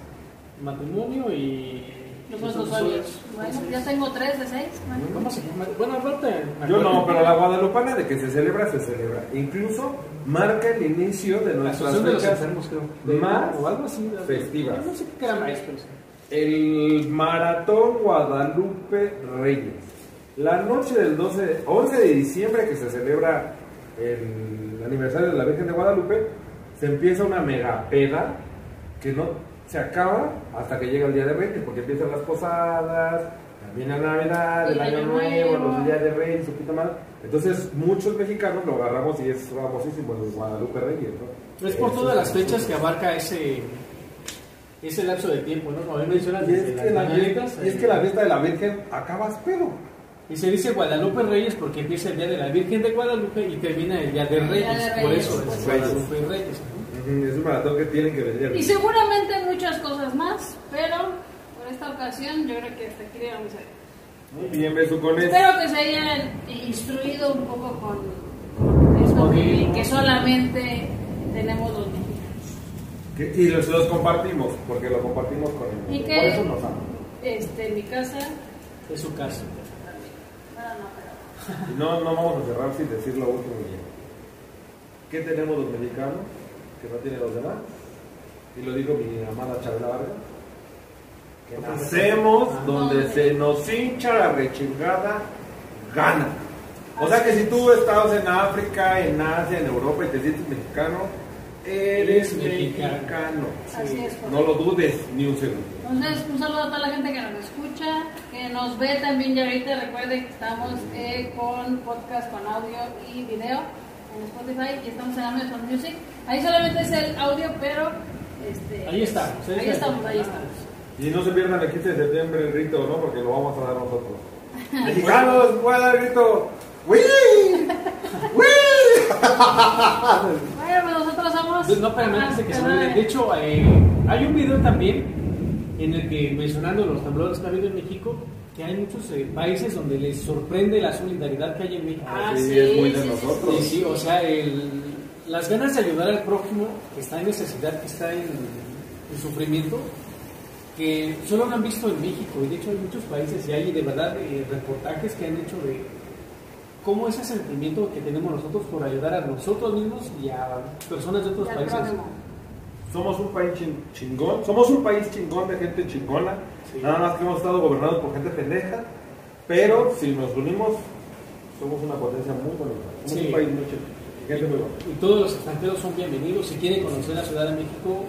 S1: Matrimonio y.
S3: Los más usuarios. Bueno, ya tengo tres de seis. Bueno.
S1: ¿Cómo se llama? Bueno, aparte. me
S2: Yo
S1: acuerdo.
S2: no, pero la guadalupana de que se celebra, se celebra. Incluso marca el inicio de
S1: La
S2: nuestras
S1: asociación de los
S2: fechas
S1: enfermos, creo. De-
S2: más
S1: o algo así. algo-
S2: festivas.
S1: No sé qué era más, pero sí.
S2: El Maratón Guadalupe Reyes. La noche del 12, 11 de diciembre que se celebra el aniversario de la Virgen de Guadalupe, se empieza una mega peda que no se acaba hasta que llega el día de Reyes, porque empiezan las posadas, también la Navidad, el
S3: El
S2: Año
S3: Año
S2: Nuevo,
S3: Nuevo.
S2: los días de Reyes, su puta madre. Entonces muchos mexicanos lo agarramos y es famosísimo el Guadalupe Reyes. ¿no? Eh,
S1: Es por
S2: Eso
S1: todas
S2: es
S1: las fechas que
S2: famosísimo.
S1: abarca ese ese lapso de tiempo, ¿no? Como bien mencionas,
S2: Y es
S1: desde
S2: que
S1: las
S2: la-
S1: mañanitas,
S2: y es
S1: eh,
S2: que la fiesta de la Virgen acabas pedo.
S1: y se dice Guadalupe Reyes porque empieza el día de la Virgen de Guadalupe y termina el día de
S3: El
S1: Reyes,
S3: Ah, Día de
S1: por
S3: Reyes,
S1: eso
S3: pues.
S1: es Guadalupe Reyes. ¿no?
S2: Es un maratón que tienen que venir.
S3: Y seguramente muchas cosas más, pero por esta ocasión yo creo que hasta aquí le vamos a dejar.
S2: Muy bien, besucones.
S3: Espero que se hayan instruido un poco con, con esto que, que solamente tenemos los mexicanos.
S2: Que- Y los, los compartimos, porque lo compartimos con
S3: ¿Y
S2: el
S3: qué?
S2: Por eso nos aman.
S3: Este, en mi casa
S1: Es su caso.
S3: también. No, no, pero.
S2: Y No, no vamos a cerrar sin decir lo último. bien. ¿Qué tenemos los mexicanos que no tienen los demás? Y lo dijo mi amada Chabela Vargas. Que nacemos
S1: Ah.
S2: donde se nos hincha la rechingada gana. O sea que si tú estás en África, en Asia, en Europa y te sientes mexicano, eres
S1: Eres mexicano.
S2: mexicano.
S3: Así es,
S2: No lo dudes ni un segundo.
S3: Entonces, un saludo a toda la gente que nos escucha, que nos ve también ya ahorita. Recuerden que estamos eh, con podcast, con audio y video en Spotify y estamos en Amazon Music. Ahí solamente es el audio, pero... Este,
S1: Ahí estamos, ahí
S3: Ahí estamos,
S1: estamos.
S3: ahí estamos.
S2: Y no se pierdan el 15 de septiembre el grito, ¿no? Porque lo vamos a dar nosotros. Mexicanos, voy a dar el grito. ¡Wii! ¡Wii!
S3: Bueno, pues nosotros somos...
S1: No, pero
S3: Ah,
S1: antes de que se me
S3: perdón.
S1: olvide, De hecho, eh, hay un video también en el que, mencionando los temblores que ha habido en México, que hay muchos eh, países donde les sorprende la solidaridad que hay en México.
S3: Ah,
S2: Sí,
S3: sí,
S2: es muy de
S3: sí, sí,
S2: nosotros.
S1: Sí, sí, o sea, el- las ganas de ayudar al prójimo que está en necesidad, que está en, en sufrimiento, que solo lo han visto en México, y de hecho hay muchos países y hay de verdad eh, reportajes que han hecho de cómo ese sentimiento que tenemos nosotros por ayudar a nosotros mismos y a personas de otros
S3: Y al
S1: países.
S3: prójimo.
S2: Somos un país chin- chingón. Somos un país chingón de gente chingona.
S1: Sí.
S2: Nada más que hemos estado gobernados por gente pendeja. Pero si nos unimos, somos una potencia muy bonita. Somos
S1: Sí.
S2: un país muy chingón. y Gente muy buena.
S1: Y todos los extranjeros son bienvenidos. Si quieren conocer la Ciudad de México,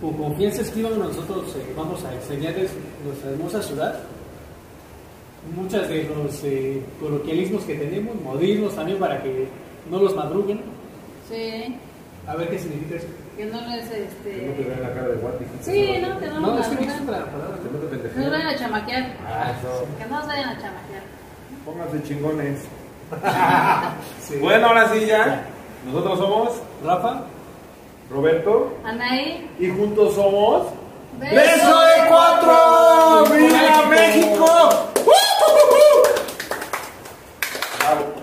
S1: con confianza escriban, nosotros eh, vamos a enseñarles nuestra hermosa ciudad. Muchas de los eh, coloquialismos que tenemos, modismos también para que no los madruguen.
S3: Sí,
S1: A ver qué significa eso.
S3: que no les...
S2: Que no te
S3: Este...
S2: vean la cara de guati.
S3: Sí, no, que no
S1: No, es
S3: nos
S1: que no
S3: vayan
S1: existe
S3: a-
S1: otra palabra.
S2: Que no te
S3: que no nos vayan
S2: pendejen.
S3: a chamaquear.
S2: Ah, eso.
S3: Que no nos vayan a chamaquear.
S2: Pónganse chingones.
S1: Sí.
S2: Bueno, ahora sí ya. Nosotros somos
S1: Rafa,
S2: Roberto.
S3: Anaí,
S2: Y juntos somos.
S3: Beso
S2: ¡Beso de
S3: de
S2: cuatro!
S1: cuatro.
S2: ¡Viva México!
S1: México.
S2: ¡Uh, uh,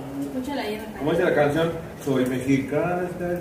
S2: uh, uh!
S3: escúchala ahí en la
S2: Como dice la canción, soy mexicana.